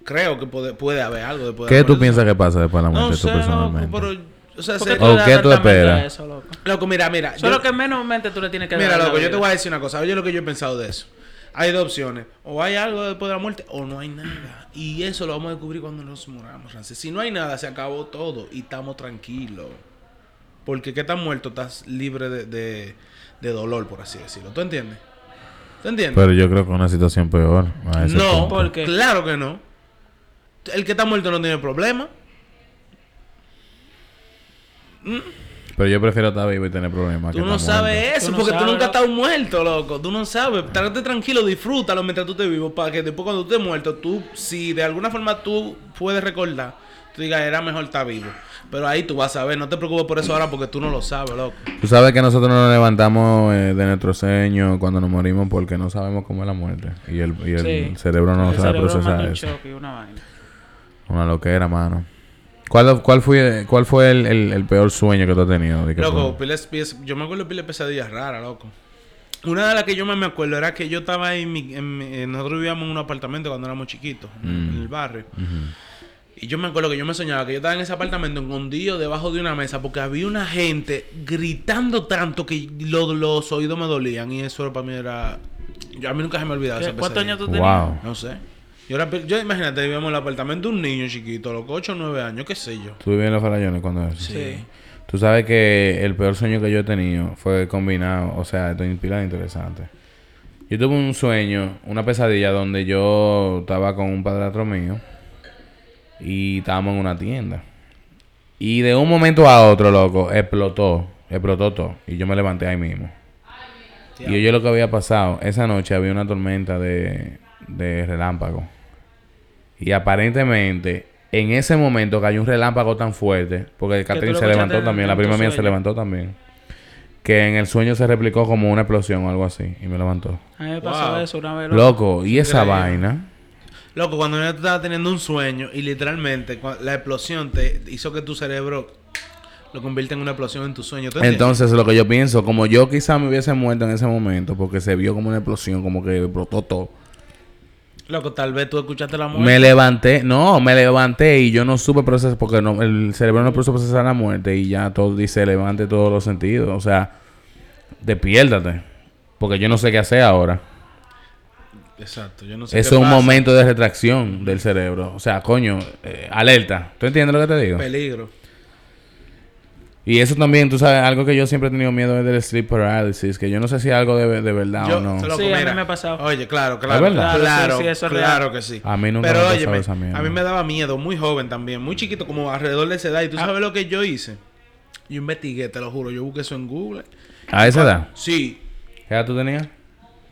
[SPEAKER 3] creo que puede, puede haber algo después de
[SPEAKER 1] ¿qué
[SPEAKER 3] la
[SPEAKER 1] tú
[SPEAKER 3] muerte.
[SPEAKER 1] piensas que pasa después de la muerte
[SPEAKER 3] No
[SPEAKER 1] tú
[SPEAKER 3] sé, loco,
[SPEAKER 1] personalmente?
[SPEAKER 3] pero o sea,
[SPEAKER 2] ¿Por
[SPEAKER 3] se-
[SPEAKER 2] tú
[SPEAKER 1] ¿O
[SPEAKER 2] le das
[SPEAKER 1] qué tú
[SPEAKER 2] tratamiento a
[SPEAKER 1] esperas?
[SPEAKER 2] eso, loco?
[SPEAKER 3] loco, mira, mira,
[SPEAKER 2] Eso es
[SPEAKER 3] yo-
[SPEAKER 2] lo que menos mente tú le tienes que
[SPEAKER 3] Mira,
[SPEAKER 2] dar.
[SPEAKER 3] loco, yo te voy a decir una cosa. Oye, lo que yo he pensado de eso. Hay dos opciones. O hay algo después de la muerte o no hay nada. Y eso lo vamos a descubrir cuando nos muramos, Francis. Si no hay nada, se acabó todo y estamos tranquilos. Porque que estás muerto, estás libre de, de- de dolor, por así decirlo. ¿Tú entiendes? ¿Tú entiendes?
[SPEAKER 1] Pero yo creo que una situación peor. a ese
[SPEAKER 3] no,
[SPEAKER 1] punto.
[SPEAKER 2] ¿por qué?
[SPEAKER 3] claro que no. El que está muerto no tiene problema.
[SPEAKER 1] Pero yo prefiero estar vivo y tener problemas.
[SPEAKER 3] Tú
[SPEAKER 1] que
[SPEAKER 3] no
[SPEAKER 1] estar muerto.
[SPEAKER 3] sabes eso,
[SPEAKER 2] Tú no
[SPEAKER 3] porque tú
[SPEAKER 2] sabes,
[SPEAKER 3] nunca has
[SPEAKER 2] loco.
[SPEAKER 3] estado muerto, loco. Tú no sabes. Trate tranquilo, disfrútalo mientras tú te vivo, para que después cuando tú estés muerto, tú, si de alguna forma tú puedes recordar, tú digas, era mejor estar vivo. Pero ahí tú vas a ver, no te preocupes por eso ahora, porque tú no lo sabes, loco.
[SPEAKER 2] eh.
[SPEAKER 1] Tú sabes que nosotros nos levantamos eh, de nuestro sueño cuando nos morimos porque no sabemos cómo es la muerte. Y el, y el
[SPEAKER 2] Sí.
[SPEAKER 1] cerebro no
[SPEAKER 2] el
[SPEAKER 1] sabe
[SPEAKER 2] cerebro manda
[SPEAKER 1] procesar
[SPEAKER 2] un
[SPEAKER 1] eso.
[SPEAKER 2] shock y una vaina.
[SPEAKER 1] Una loquera, mano. ¿Cuál, cuál fue, cuál fue el, el- el peor sueño que tú has tenido? Di que
[SPEAKER 3] Loco,
[SPEAKER 1] fue-
[SPEAKER 3] piles- pies- yo me acuerdo de pile pesadillas raras, loco. Una de las que yo más me acuerdo era que yo estaba en mi, en mi- eh, nosotros vivíamos en un apartamento cuando éramos chiquitos, en el barrio. Y yo me acuerdo que yo me soñaba que yo estaba en ese apartamento escondido debajo de una mesa porque había una gente gritando tanto que lo- los oídos me dolían y eso para mí era... Yo, a mí nunca se me ha olvidado esa
[SPEAKER 2] ¿Qué- ¿Cuántos
[SPEAKER 3] pesadilla.
[SPEAKER 2] años tú
[SPEAKER 1] Wow.
[SPEAKER 2] tenías?
[SPEAKER 3] No sé. Yo, era, pe- yo imagínate, vivíamos en el apartamento de un niño chiquito, loco, 8 o 9 años, qué sé yo.
[SPEAKER 1] ¿Tú vivías en los farallones cuando eso?
[SPEAKER 2] Sí.
[SPEAKER 1] Tú sabes que el peor sueño que yo he tenido fue combinado, o sea, esto es pila interesante. Yo tuve un sueño, una pesadilla donde yo estaba con un padrastro mío y estábamos en una tienda. Y de un momento a otro, loco, explotó, explotó todo y yo me levanté ahí mismo. Y yo lo que había pasado, esa noche había una tormenta de, de relámpago. Y aparentemente, en ese momento cayó un relámpago tan fuerte, porque
[SPEAKER 2] tú
[SPEAKER 1] Catherine
[SPEAKER 2] lo
[SPEAKER 1] se levantó
[SPEAKER 2] escuchaste
[SPEAKER 1] también,
[SPEAKER 2] en
[SPEAKER 1] la
[SPEAKER 2] tu
[SPEAKER 1] prima mía se
[SPEAKER 2] sueño.
[SPEAKER 1] levantó también, que en el sueño se replicó como una explosión o algo así, y me levantó.
[SPEAKER 2] A mí me pasó
[SPEAKER 3] Wow.
[SPEAKER 2] eso una vez.
[SPEAKER 1] Loco, y esa
[SPEAKER 3] Increíble.
[SPEAKER 1] vaina,
[SPEAKER 3] Loco, cuando yo estaba teniendo un sueño y literalmente cua- la explosión te hizo que tu cerebro lo convierta en una explosión en tu sueño. ¿Tú entiendes?
[SPEAKER 1] entonces lo que yo pienso, como yo quizá me hubiese muerto en ese momento, porque se vio como una explosión, como que explotó todo.
[SPEAKER 3] Loco, tal vez tú escuchaste la muerte.
[SPEAKER 1] Me levanté, no, me levanté y yo no supe procesar porque no, el cerebro no pudo procesar la muerte y ya todo dice levante todos los sentidos. O sea, despiértate. Porque yo no sé qué hacer ahora.
[SPEAKER 3] Exacto, yo no sé.
[SPEAKER 1] Eso
[SPEAKER 3] qué
[SPEAKER 1] es un
[SPEAKER 3] pasa.
[SPEAKER 1] momento de retracción del cerebro. O sea, coño, eh, alerta. ¿Tú entiendes lo que te digo?
[SPEAKER 3] Peligro.
[SPEAKER 1] Y eso también, tú sabes, algo que yo siempre he tenido miedo es del sleep paralysis, que yo no sé si es algo de, de verdad
[SPEAKER 3] Yo,
[SPEAKER 1] o no.
[SPEAKER 3] loco,
[SPEAKER 2] Sí, a mí
[SPEAKER 3] mira.
[SPEAKER 2] me ha pasado.
[SPEAKER 3] Oye, claro, claro.
[SPEAKER 1] verdad?
[SPEAKER 3] Claro,
[SPEAKER 2] Claro,
[SPEAKER 3] claro,
[SPEAKER 2] sí, sí, eso es real.
[SPEAKER 3] que sí.
[SPEAKER 1] A mí nunca me ha
[SPEAKER 3] Pero
[SPEAKER 1] pasado
[SPEAKER 3] óyeme,
[SPEAKER 1] esa mierda.
[SPEAKER 3] a mí me daba miedo, muy joven también, muy chiquito, como alrededor de esa edad. ¿Y
[SPEAKER 1] Ah.
[SPEAKER 3] tú sabes lo que yo hice? Yo investigué, te lo juro. Yo busqué eso en Google.
[SPEAKER 1] A esa edad.
[SPEAKER 3] Sí,
[SPEAKER 1] ¿Qué edad tú tenías?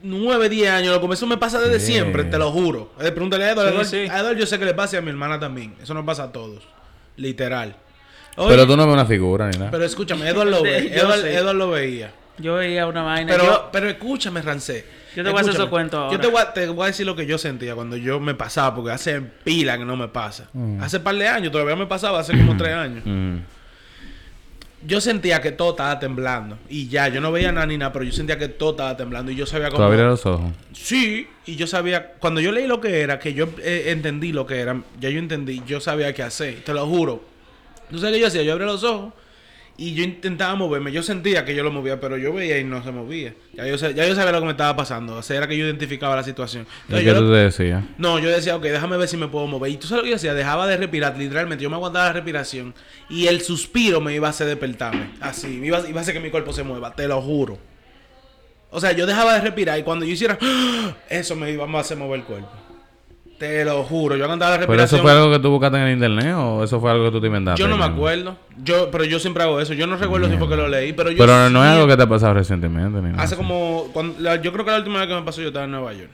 [SPEAKER 3] 9, 10 años, loco. Eso me pasa desde
[SPEAKER 1] Sí.
[SPEAKER 3] siempre, te lo juro. Eh, pregúntale a Edward.
[SPEAKER 2] Sí,
[SPEAKER 3] Edward-
[SPEAKER 2] sí.
[SPEAKER 3] a Edward yo sé que le pasa y a mi hermana también. Eso nos pasa a todos. Literal.
[SPEAKER 1] Pero
[SPEAKER 3] Oye, pero,
[SPEAKER 1] tú no ves una figura ni nada.
[SPEAKER 3] escúchame, Edward lo, ve-
[SPEAKER 2] Yo
[SPEAKER 3] Edward-
[SPEAKER 2] sé.
[SPEAKER 3] Edward lo veía.
[SPEAKER 2] Yo veía una vaina.
[SPEAKER 3] Pero,
[SPEAKER 2] yo-
[SPEAKER 3] pero escúchame, Rancé.
[SPEAKER 2] Yo te voy a hacer
[SPEAKER 3] Escúchame.
[SPEAKER 2] esos cuentos
[SPEAKER 3] Yo te
[SPEAKER 2] ahora.
[SPEAKER 3] voy, a, te voy a decir lo que yo sentía cuando yo me pasaba, porque hace pila que no me pasa. Hace par de años, todavía me pasaba, hace como tres años.
[SPEAKER 1] Mm.
[SPEAKER 3] Yo sentía que todo estaba temblando. Y ya, yo no veía nada ni nada, pero yo sentía que todo estaba temblando. Y yo sabía
[SPEAKER 1] Tú
[SPEAKER 3] cómo.
[SPEAKER 1] abrías los ojos.
[SPEAKER 3] Sí, y yo sabía, cuando yo leí lo que era, que yo eh, entendí lo que era, ya yo entendí, yo sabía qué hacer, te lo juro. ¿Tú sabes qué yo hacía? Yo abría los ojos y yo intentaba moverme. Yo sentía que yo lo movía, pero yo veía y no se movía. Ya yo, sa- ya yo sabía lo que me estaba pasando. O sea, era que yo identificaba la situación.
[SPEAKER 1] ¿Y
[SPEAKER 3] Entonces,
[SPEAKER 1] qué
[SPEAKER 3] yo
[SPEAKER 1] tú
[SPEAKER 3] lo-
[SPEAKER 1] te decías?
[SPEAKER 3] No, yo decía, ok, déjame ver si me puedo mover. Y tú sabes lo que yo hacía, dejaba de respirar, literalmente. Yo me aguantaba la respiración y el suspiro me iba a hacer despertarme. Así, me iba, iba a hacer que mi cuerpo se mueva, te lo juro. O sea, yo dejaba de respirar y cuando yo hiciera, eso me iba a hacer mover el cuerpo. Te lo juro, yo aguantaba la
[SPEAKER 1] ¿Pero eso
[SPEAKER 3] respiración.
[SPEAKER 1] fue algo que tú buscaste en el internet o eso fue algo que tú te inventaste?
[SPEAKER 3] Yo no me
[SPEAKER 1] mismo?
[SPEAKER 3] acuerdo. Yo, pero yo siempre hago eso. Yo no recuerdo si fue que lo leí, pero yo
[SPEAKER 1] Pero no es
[SPEAKER 3] sí-
[SPEAKER 1] algo que te ha pasado recientemente. Ni nada.
[SPEAKER 3] Hace como. cuando- la- yo creo que la última vez que me pasó yo estaba en Nueva York.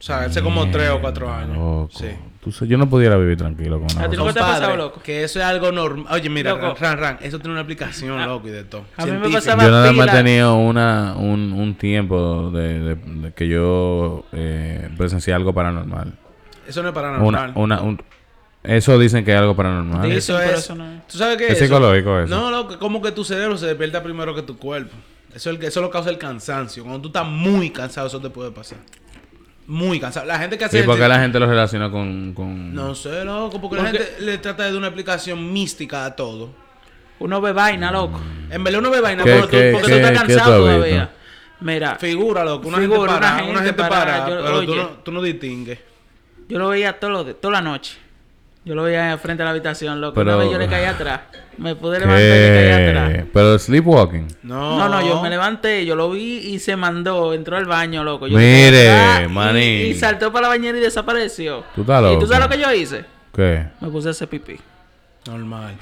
[SPEAKER 3] O sea, hace como tres o cuatro
[SPEAKER 1] Mierda,
[SPEAKER 3] años.
[SPEAKER 1] loco.
[SPEAKER 3] Sí.
[SPEAKER 1] Tú sa- yo no pudiera vivir tranquilo con
[SPEAKER 2] A
[SPEAKER 1] una cosa
[SPEAKER 2] ti no-
[SPEAKER 1] así.
[SPEAKER 2] te ha pasado,
[SPEAKER 3] Compadre,
[SPEAKER 2] loco?
[SPEAKER 3] Que eso es algo normal. Oye, mira,
[SPEAKER 2] Loco. Ah.
[SPEAKER 3] Ran, Ran, eso tiene una aplicación, loco, y de todo.
[SPEAKER 2] a mí me
[SPEAKER 3] Científica.
[SPEAKER 2] pasaba-
[SPEAKER 1] Yo nada más he
[SPEAKER 2] pila.
[SPEAKER 1] tenido una, un, un tiempo de, de- de que yo eh, presencié algo paranormal.
[SPEAKER 3] Eso no es paranormal.
[SPEAKER 1] Una, una, un- eso dicen que es algo paranormal.
[SPEAKER 2] Sí,
[SPEAKER 3] Eso
[SPEAKER 2] Dicen, pero
[SPEAKER 3] es.
[SPEAKER 2] eso no es.
[SPEAKER 3] ¿Tú sabes qué
[SPEAKER 1] Es psicológico eso.
[SPEAKER 3] No, loco, como que tu cerebro se despierta primero que tu cuerpo. Eso, es el que, eso lo causa el cansancio. Cuando tú estás muy cansado, eso te puede pasar. Muy cansado. La gente que hace.
[SPEAKER 1] ¿Y por qué
[SPEAKER 3] ejercicio-
[SPEAKER 1] la gente lo relaciona con...? con...
[SPEAKER 3] No sé, loco, porque, la
[SPEAKER 2] Porque-
[SPEAKER 3] gente le trata de una aplicación mística a todo.
[SPEAKER 2] Uno ve vaina, loco.
[SPEAKER 3] En verdad uno ve vaina
[SPEAKER 1] ¿Qué,
[SPEAKER 3] porque,
[SPEAKER 1] qué,
[SPEAKER 3] porque
[SPEAKER 2] Porque tú estás
[SPEAKER 1] qué tú has
[SPEAKER 2] cansado
[SPEAKER 1] visto?
[SPEAKER 2] todavía. Mira,
[SPEAKER 3] tú- figura, loco. Una
[SPEAKER 2] Figura,
[SPEAKER 3] gente para,
[SPEAKER 2] una
[SPEAKER 3] una gente,
[SPEAKER 2] gente
[SPEAKER 3] para,
[SPEAKER 2] parada, yo-
[SPEAKER 3] pero tú
[SPEAKER 2] oye.
[SPEAKER 3] no, tú no distingues.
[SPEAKER 2] yo lo veía todo lo de- toda la noche. Yo lo veía frente a la habitación, loco.
[SPEAKER 1] Pero-
[SPEAKER 2] Una vez yo le caí atrás. Me pude levantar y le caí atrás.
[SPEAKER 1] ¿Qué? Pero sleepwalking.
[SPEAKER 3] No,
[SPEAKER 2] No, no, yo me levanté, yo lo vi y se mandó, entró al baño, loco. Yo
[SPEAKER 1] Mire,
[SPEAKER 2] le caí atrás y-
[SPEAKER 1] manín.
[SPEAKER 2] Y, saltó para la bañera y desapareció.
[SPEAKER 1] Tú estás
[SPEAKER 2] ¿Y
[SPEAKER 1] loco.
[SPEAKER 2] tú sabes lo que yo hice?
[SPEAKER 1] ¿Qué?
[SPEAKER 2] Me puse a hacer pipí.
[SPEAKER 3] Normal,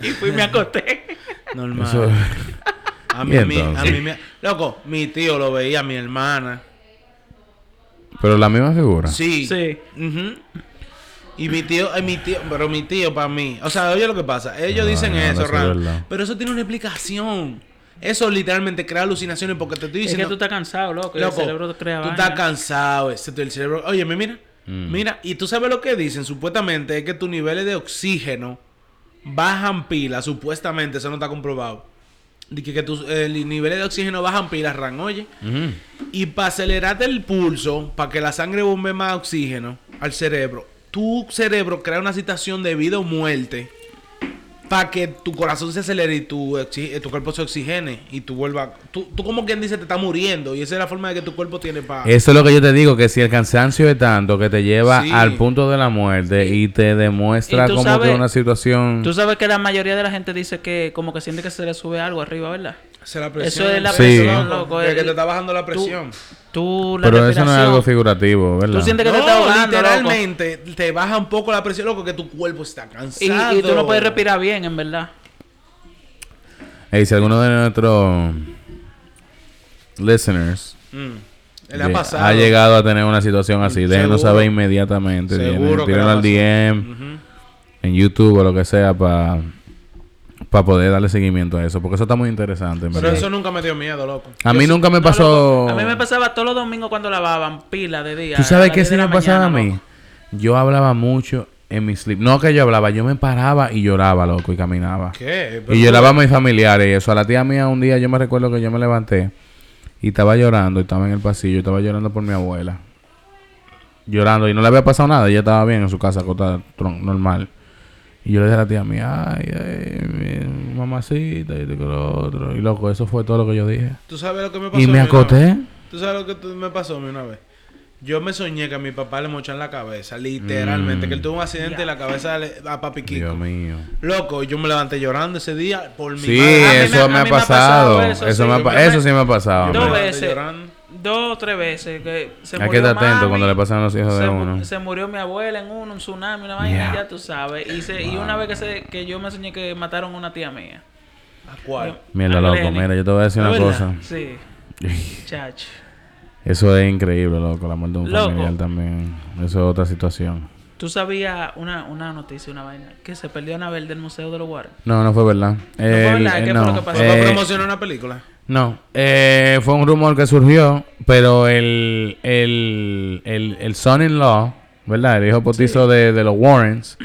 [SPEAKER 2] Y fui y me acosté.
[SPEAKER 3] normal.
[SPEAKER 1] Eso-
[SPEAKER 3] A
[SPEAKER 1] ¿Y
[SPEAKER 3] mí, a mí, a
[SPEAKER 1] entonces?
[SPEAKER 3] mí me- Loco, mi tío lo veía, mi hermana.
[SPEAKER 1] Pero la misma figura.
[SPEAKER 3] Sí.
[SPEAKER 2] Sí.
[SPEAKER 3] Ujú. Y mi tío, ay, mi tío, pero mi tío para mí. O sea, oye lo que pasa. Ellos
[SPEAKER 1] No,
[SPEAKER 3] dicen
[SPEAKER 1] no,
[SPEAKER 3] eso,
[SPEAKER 1] eso es
[SPEAKER 3] Ram,
[SPEAKER 1] verdad.
[SPEAKER 3] Pero eso tiene una explicación. Eso literalmente crea alucinaciones porque te estoy
[SPEAKER 2] Es que
[SPEAKER 3] diciendo.
[SPEAKER 2] tú estás cansado, loco. y
[SPEAKER 3] Loco,
[SPEAKER 2] el cerebro crea
[SPEAKER 3] tú
[SPEAKER 2] vaina.
[SPEAKER 3] estás cansado, excepto el cerebro. Oye, mira,
[SPEAKER 1] Mm.
[SPEAKER 3] mira, y tú sabes lo que dicen, supuestamente es que tus niveles de oxígeno bajan pila, supuestamente, eso no está comprobado. De que, que tus eh, li- niveles de oxígeno bajan pilas, Ran, oye.
[SPEAKER 1] Ujú.
[SPEAKER 3] Y para acelerarte el pulso, para que la sangre bombe más oxígeno al cerebro, tu cerebro crea una situación de vida o muerte para que tu corazón se acelere y tu, oxi- eh, tu cuerpo se oxigene y tú vuelvas... Tú, tú como quien dice te está muriendo y esa es la forma de que tu cuerpo tiene
[SPEAKER 2] Ah.
[SPEAKER 3] para...
[SPEAKER 1] Eso es lo que yo te digo, que si el cansancio es tanto que te lleva
[SPEAKER 3] Sí.
[SPEAKER 1] al punto de la muerte y te demuestra
[SPEAKER 2] Y tú
[SPEAKER 1] como que
[SPEAKER 2] sabes-
[SPEAKER 1] una situación...
[SPEAKER 2] Tú sabes que la mayoría de la gente dice que como que siente que se le sube algo arriba, ¿verdad?
[SPEAKER 3] Esa es la
[SPEAKER 2] Eso es la
[SPEAKER 1] Sí.
[SPEAKER 2] presión, loco.
[SPEAKER 3] De
[SPEAKER 2] el-
[SPEAKER 3] que te está bajando la
[SPEAKER 2] tú-
[SPEAKER 3] presión.
[SPEAKER 2] Tú, la
[SPEAKER 1] Pero eso no es algo
[SPEAKER 2] respiración,
[SPEAKER 1] figurativo, ¿verdad?
[SPEAKER 2] Tú sientes que te
[SPEAKER 3] No,
[SPEAKER 2] está ahogando, loco.
[SPEAKER 3] literalmente te baja un poco la presión, loco, que tu cuerpo está cansado.
[SPEAKER 2] Y, y tú no puedes respirar bien, en verdad.
[SPEAKER 1] Ey, Eh, si alguno de nuestros listeners
[SPEAKER 3] Mm. Le
[SPEAKER 1] lle-
[SPEAKER 3] ha pasado.
[SPEAKER 1] llegado a tener una situación así, déjenos
[SPEAKER 3] Seguro.
[SPEAKER 1] saber inmediatamente.
[SPEAKER 3] Seguro
[SPEAKER 1] Tienen-
[SPEAKER 3] que le
[SPEAKER 1] Tírenlo
[SPEAKER 3] ha
[SPEAKER 1] al DM, en YouTube o lo que sea, para poder darle seguimiento a eso, porque eso está muy interesante. en
[SPEAKER 3] Pero
[SPEAKER 1] verdad.
[SPEAKER 3] eso nunca me dio miedo, loco.
[SPEAKER 1] a mí nunca me
[SPEAKER 2] No,
[SPEAKER 1] pasó...
[SPEAKER 2] loco, a mí
[SPEAKER 3] Oh.
[SPEAKER 2] me pasaba todos los domingos cuando lavaban pila de día.
[SPEAKER 1] ¿Tú
[SPEAKER 2] a
[SPEAKER 1] sabes
[SPEAKER 2] las
[SPEAKER 1] qué
[SPEAKER 2] 10
[SPEAKER 1] sí
[SPEAKER 2] de
[SPEAKER 1] me
[SPEAKER 2] la
[SPEAKER 1] pasaba a
[SPEAKER 2] mañana,
[SPEAKER 1] mí?
[SPEAKER 2] loco.
[SPEAKER 1] Yo hablaba mucho en mi sleep. No que yo hablaba, yo me paraba y lloraba, loco, y caminaba.
[SPEAKER 3] ¿Qué? Pero-
[SPEAKER 1] Y lloraba a mis familiares y eso. A la tía mía un día yo me recuerdo que yo me levanté y estaba llorando, y estaba en el pasillo, y estaba llorando por mi abuela. Llorando, y no le había pasado nada, ella estaba bien en su casa, acostada, tron- normal. Y yo le dije a la tía mía, ay, ay, mi mamacita, y esto y lo otro. Y loco, eso fue todo lo que yo dije.
[SPEAKER 3] ¿Tú sabes lo que me pasó?
[SPEAKER 1] Y
[SPEAKER 3] a
[SPEAKER 1] me
[SPEAKER 3] mí una vez?
[SPEAKER 1] acoté.
[SPEAKER 3] ¿Tú sabes lo que tú- me pasó a mí una vez? Yo me soñé que a mi papá le mochan la cabeza, literalmente.
[SPEAKER 1] Mm.
[SPEAKER 3] Que él tuvo un accidente y la cabeza le- a papi Kiko.
[SPEAKER 1] Dios mío.
[SPEAKER 3] Loco, yo me levanté llorando ese día por mi
[SPEAKER 1] Sí,
[SPEAKER 3] madre.
[SPEAKER 2] A mí me-
[SPEAKER 1] eso
[SPEAKER 2] a
[SPEAKER 1] me,
[SPEAKER 2] mí
[SPEAKER 1] ha
[SPEAKER 2] me ha
[SPEAKER 1] pasado.
[SPEAKER 2] pasado
[SPEAKER 1] Eso,
[SPEAKER 2] eso,
[SPEAKER 1] me
[SPEAKER 2] sí.
[SPEAKER 1] ha pa-
[SPEAKER 2] Yo me-
[SPEAKER 1] eso sí me ha pasado.
[SPEAKER 3] Yo
[SPEAKER 2] Dos
[SPEAKER 1] hombre.
[SPEAKER 3] me-
[SPEAKER 2] veces.
[SPEAKER 3] llorando.
[SPEAKER 2] Dos o tres veces. Que se
[SPEAKER 1] Hay que estar atento
[SPEAKER 2] mami,
[SPEAKER 1] cuando le pasan los hijos de
[SPEAKER 2] se mu-
[SPEAKER 1] uno.
[SPEAKER 2] Se murió mi abuela en uno, un tsunami, una vaina,
[SPEAKER 1] Yeah.
[SPEAKER 2] ya tú sabes. Y, se- y una vez que, se, que yo me soñé que mataron a una tía mía.
[SPEAKER 3] ¿A cuál?
[SPEAKER 1] Mira, loco,
[SPEAKER 2] Angélica.
[SPEAKER 1] mira, yo te voy a decir
[SPEAKER 3] ¿Es
[SPEAKER 1] una
[SPEAKER 3] verdad?
[SPEAKER 1] cosa.
[SPEAKER 2] Sí. Chacho.
[SPEAKER 1] Eso es increíble, loco. La muerte de un
[SPEAKER 2] Loco.
[SPEAKER 1] familiar también. Eso es otra situación.
[SPEAKER 2] Tú sabías una, una noticia, una vaina, que se perdió Anabel del Museo de los Warren.
[SPEAKER 1] No, no fue verdad.
[SPEAKER 2] fue
[SPEAKER 1] El-
[SPEAKER 2] verdad?
[SPEAKER 1] eh,
[SPEAKER 2] ¿Qué fue
[SPEAKER 1] no,
[SPEAKER 2] lo que pasó?
[SPEAKER 3] ¿Papá
[SPEAKER 1] eh,
[SPEAKER 3] promocionó una película?
[SPEAKER 1] no. Eh, fue un rumor que surgió, pero el, el, el, el son-in-law, ¿verdad? El hijo potizo de, de los Warrens,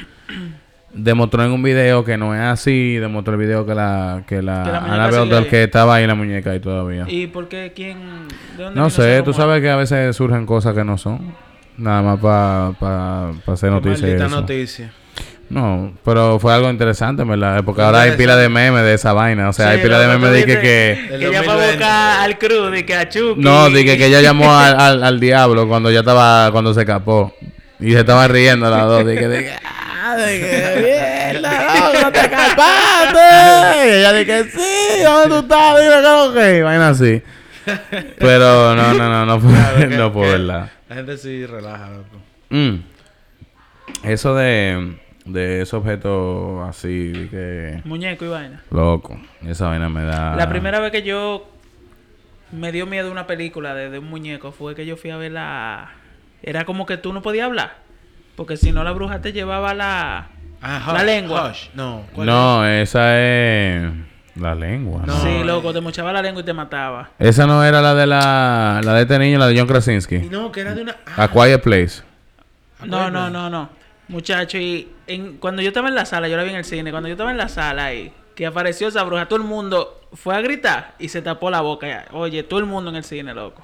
[SPEAKER 1] demostró en un video que no es así. Demostró el video que la, que la,
[SPEAKER 2] Que la muñeca
[SPEAKER 1] Annabelle
[SPEAKER 2] sigue
[SPEAKER 1] Doll
[SPEAKER 2] ahí.
[SPEAKER 1] que estaba ahí, la muñeca ahí todavía.
[SPEAKER 2] ¿Y por qué? ¿Quién? ¿De dónde
[SPEAKER 1] No
[SPEAKER 2] vino ese
[SPEAKER 1] sé, tú
[SPEAKER 2] rumor?
[SPEAKER 1] sabes que a veces surgen cosas que no son. Nada más para hacer
[SPEAKER 3] Qué
[SPEAKER 1] noticias. y
[SPEAKER 3] maldita
[SPEAKER 1] eso.
[SPEAKER 3] noticia.
[SPEAKER 1] No, pero fue algo interesante, en ¿verdad? Porque ahora hay
[SPEAKER 3] Interesante.
[SPEAKER 1] pila de memes de esa vaina. O sea, hay pila de memes de que, que...
[SPEAKER 3] Del
[SPEAKER 2] Que ella va a
[SPEAKER 3] 2020.
[SPEAKER 2] buscar al crew, de que a Chucky.
[SPEAKER 1] No, de que, que ella llamó al, al, al diablo cuando ya estaba... Cuando se escapó. Y se estaba riendo las dos. De que... De que... "Ah, de que, mierda, no, no te escapaste. Y ella dije, sí, ¿dónde tú estás? Dime que no, que... Vaina así. Pero no, no, no, no fue,
[SPEAKER 3] Claro, que-
[SPEAKER 1] no fue
[SPEAKER 3] que-
[SPEAKER 1] verdad.
[SPEAKER 3] La gente sí relaja, loco.
[SPEAKER 1] Mm. Eso de, de ese objeto así, de que
[SPEAKER 2] Muñeco y vaina.
[SPEAKER 1] loco, esa vaina me da.
[SPEAKER 2] La primera vez que yo me dio miedo una película de, de un muñeco fue que yo fui a ver la... Era como que tú no podías hablar. Porque si no, la bruja te llevaba la...
[SPEAKER 3] Ah,
[SPEAKER 2] La lengua.
[SPEAKER 3] Hush. No. ¿cuál
[SPEAKER 1] No, esa es la lengua. ¿no?
[SPEAKER 3] No. eh.
[SPEAKER 2] Sí, loco, te mochaba la lengua y te mataba.
[SPEAKER 1] Esa no era la de la, la de este niño, la de John
[SPEAKER 3] es? Y
[SPEAKER 1] Krasinski.
[SPEAKER 3] No, que era de una. ah,
[SPEAKER 1] A Quiet Place.
[SPEAKER 2] No, no, no, no. Muchacho, y en- cuando yo estaba en la sala, yo la vi en el cine, cuando yo estaba en la sala y que apareció esa bruja, todo el mundo fue a gritar y se tapó la boca. Oye, todo el mundo en el cine, loco.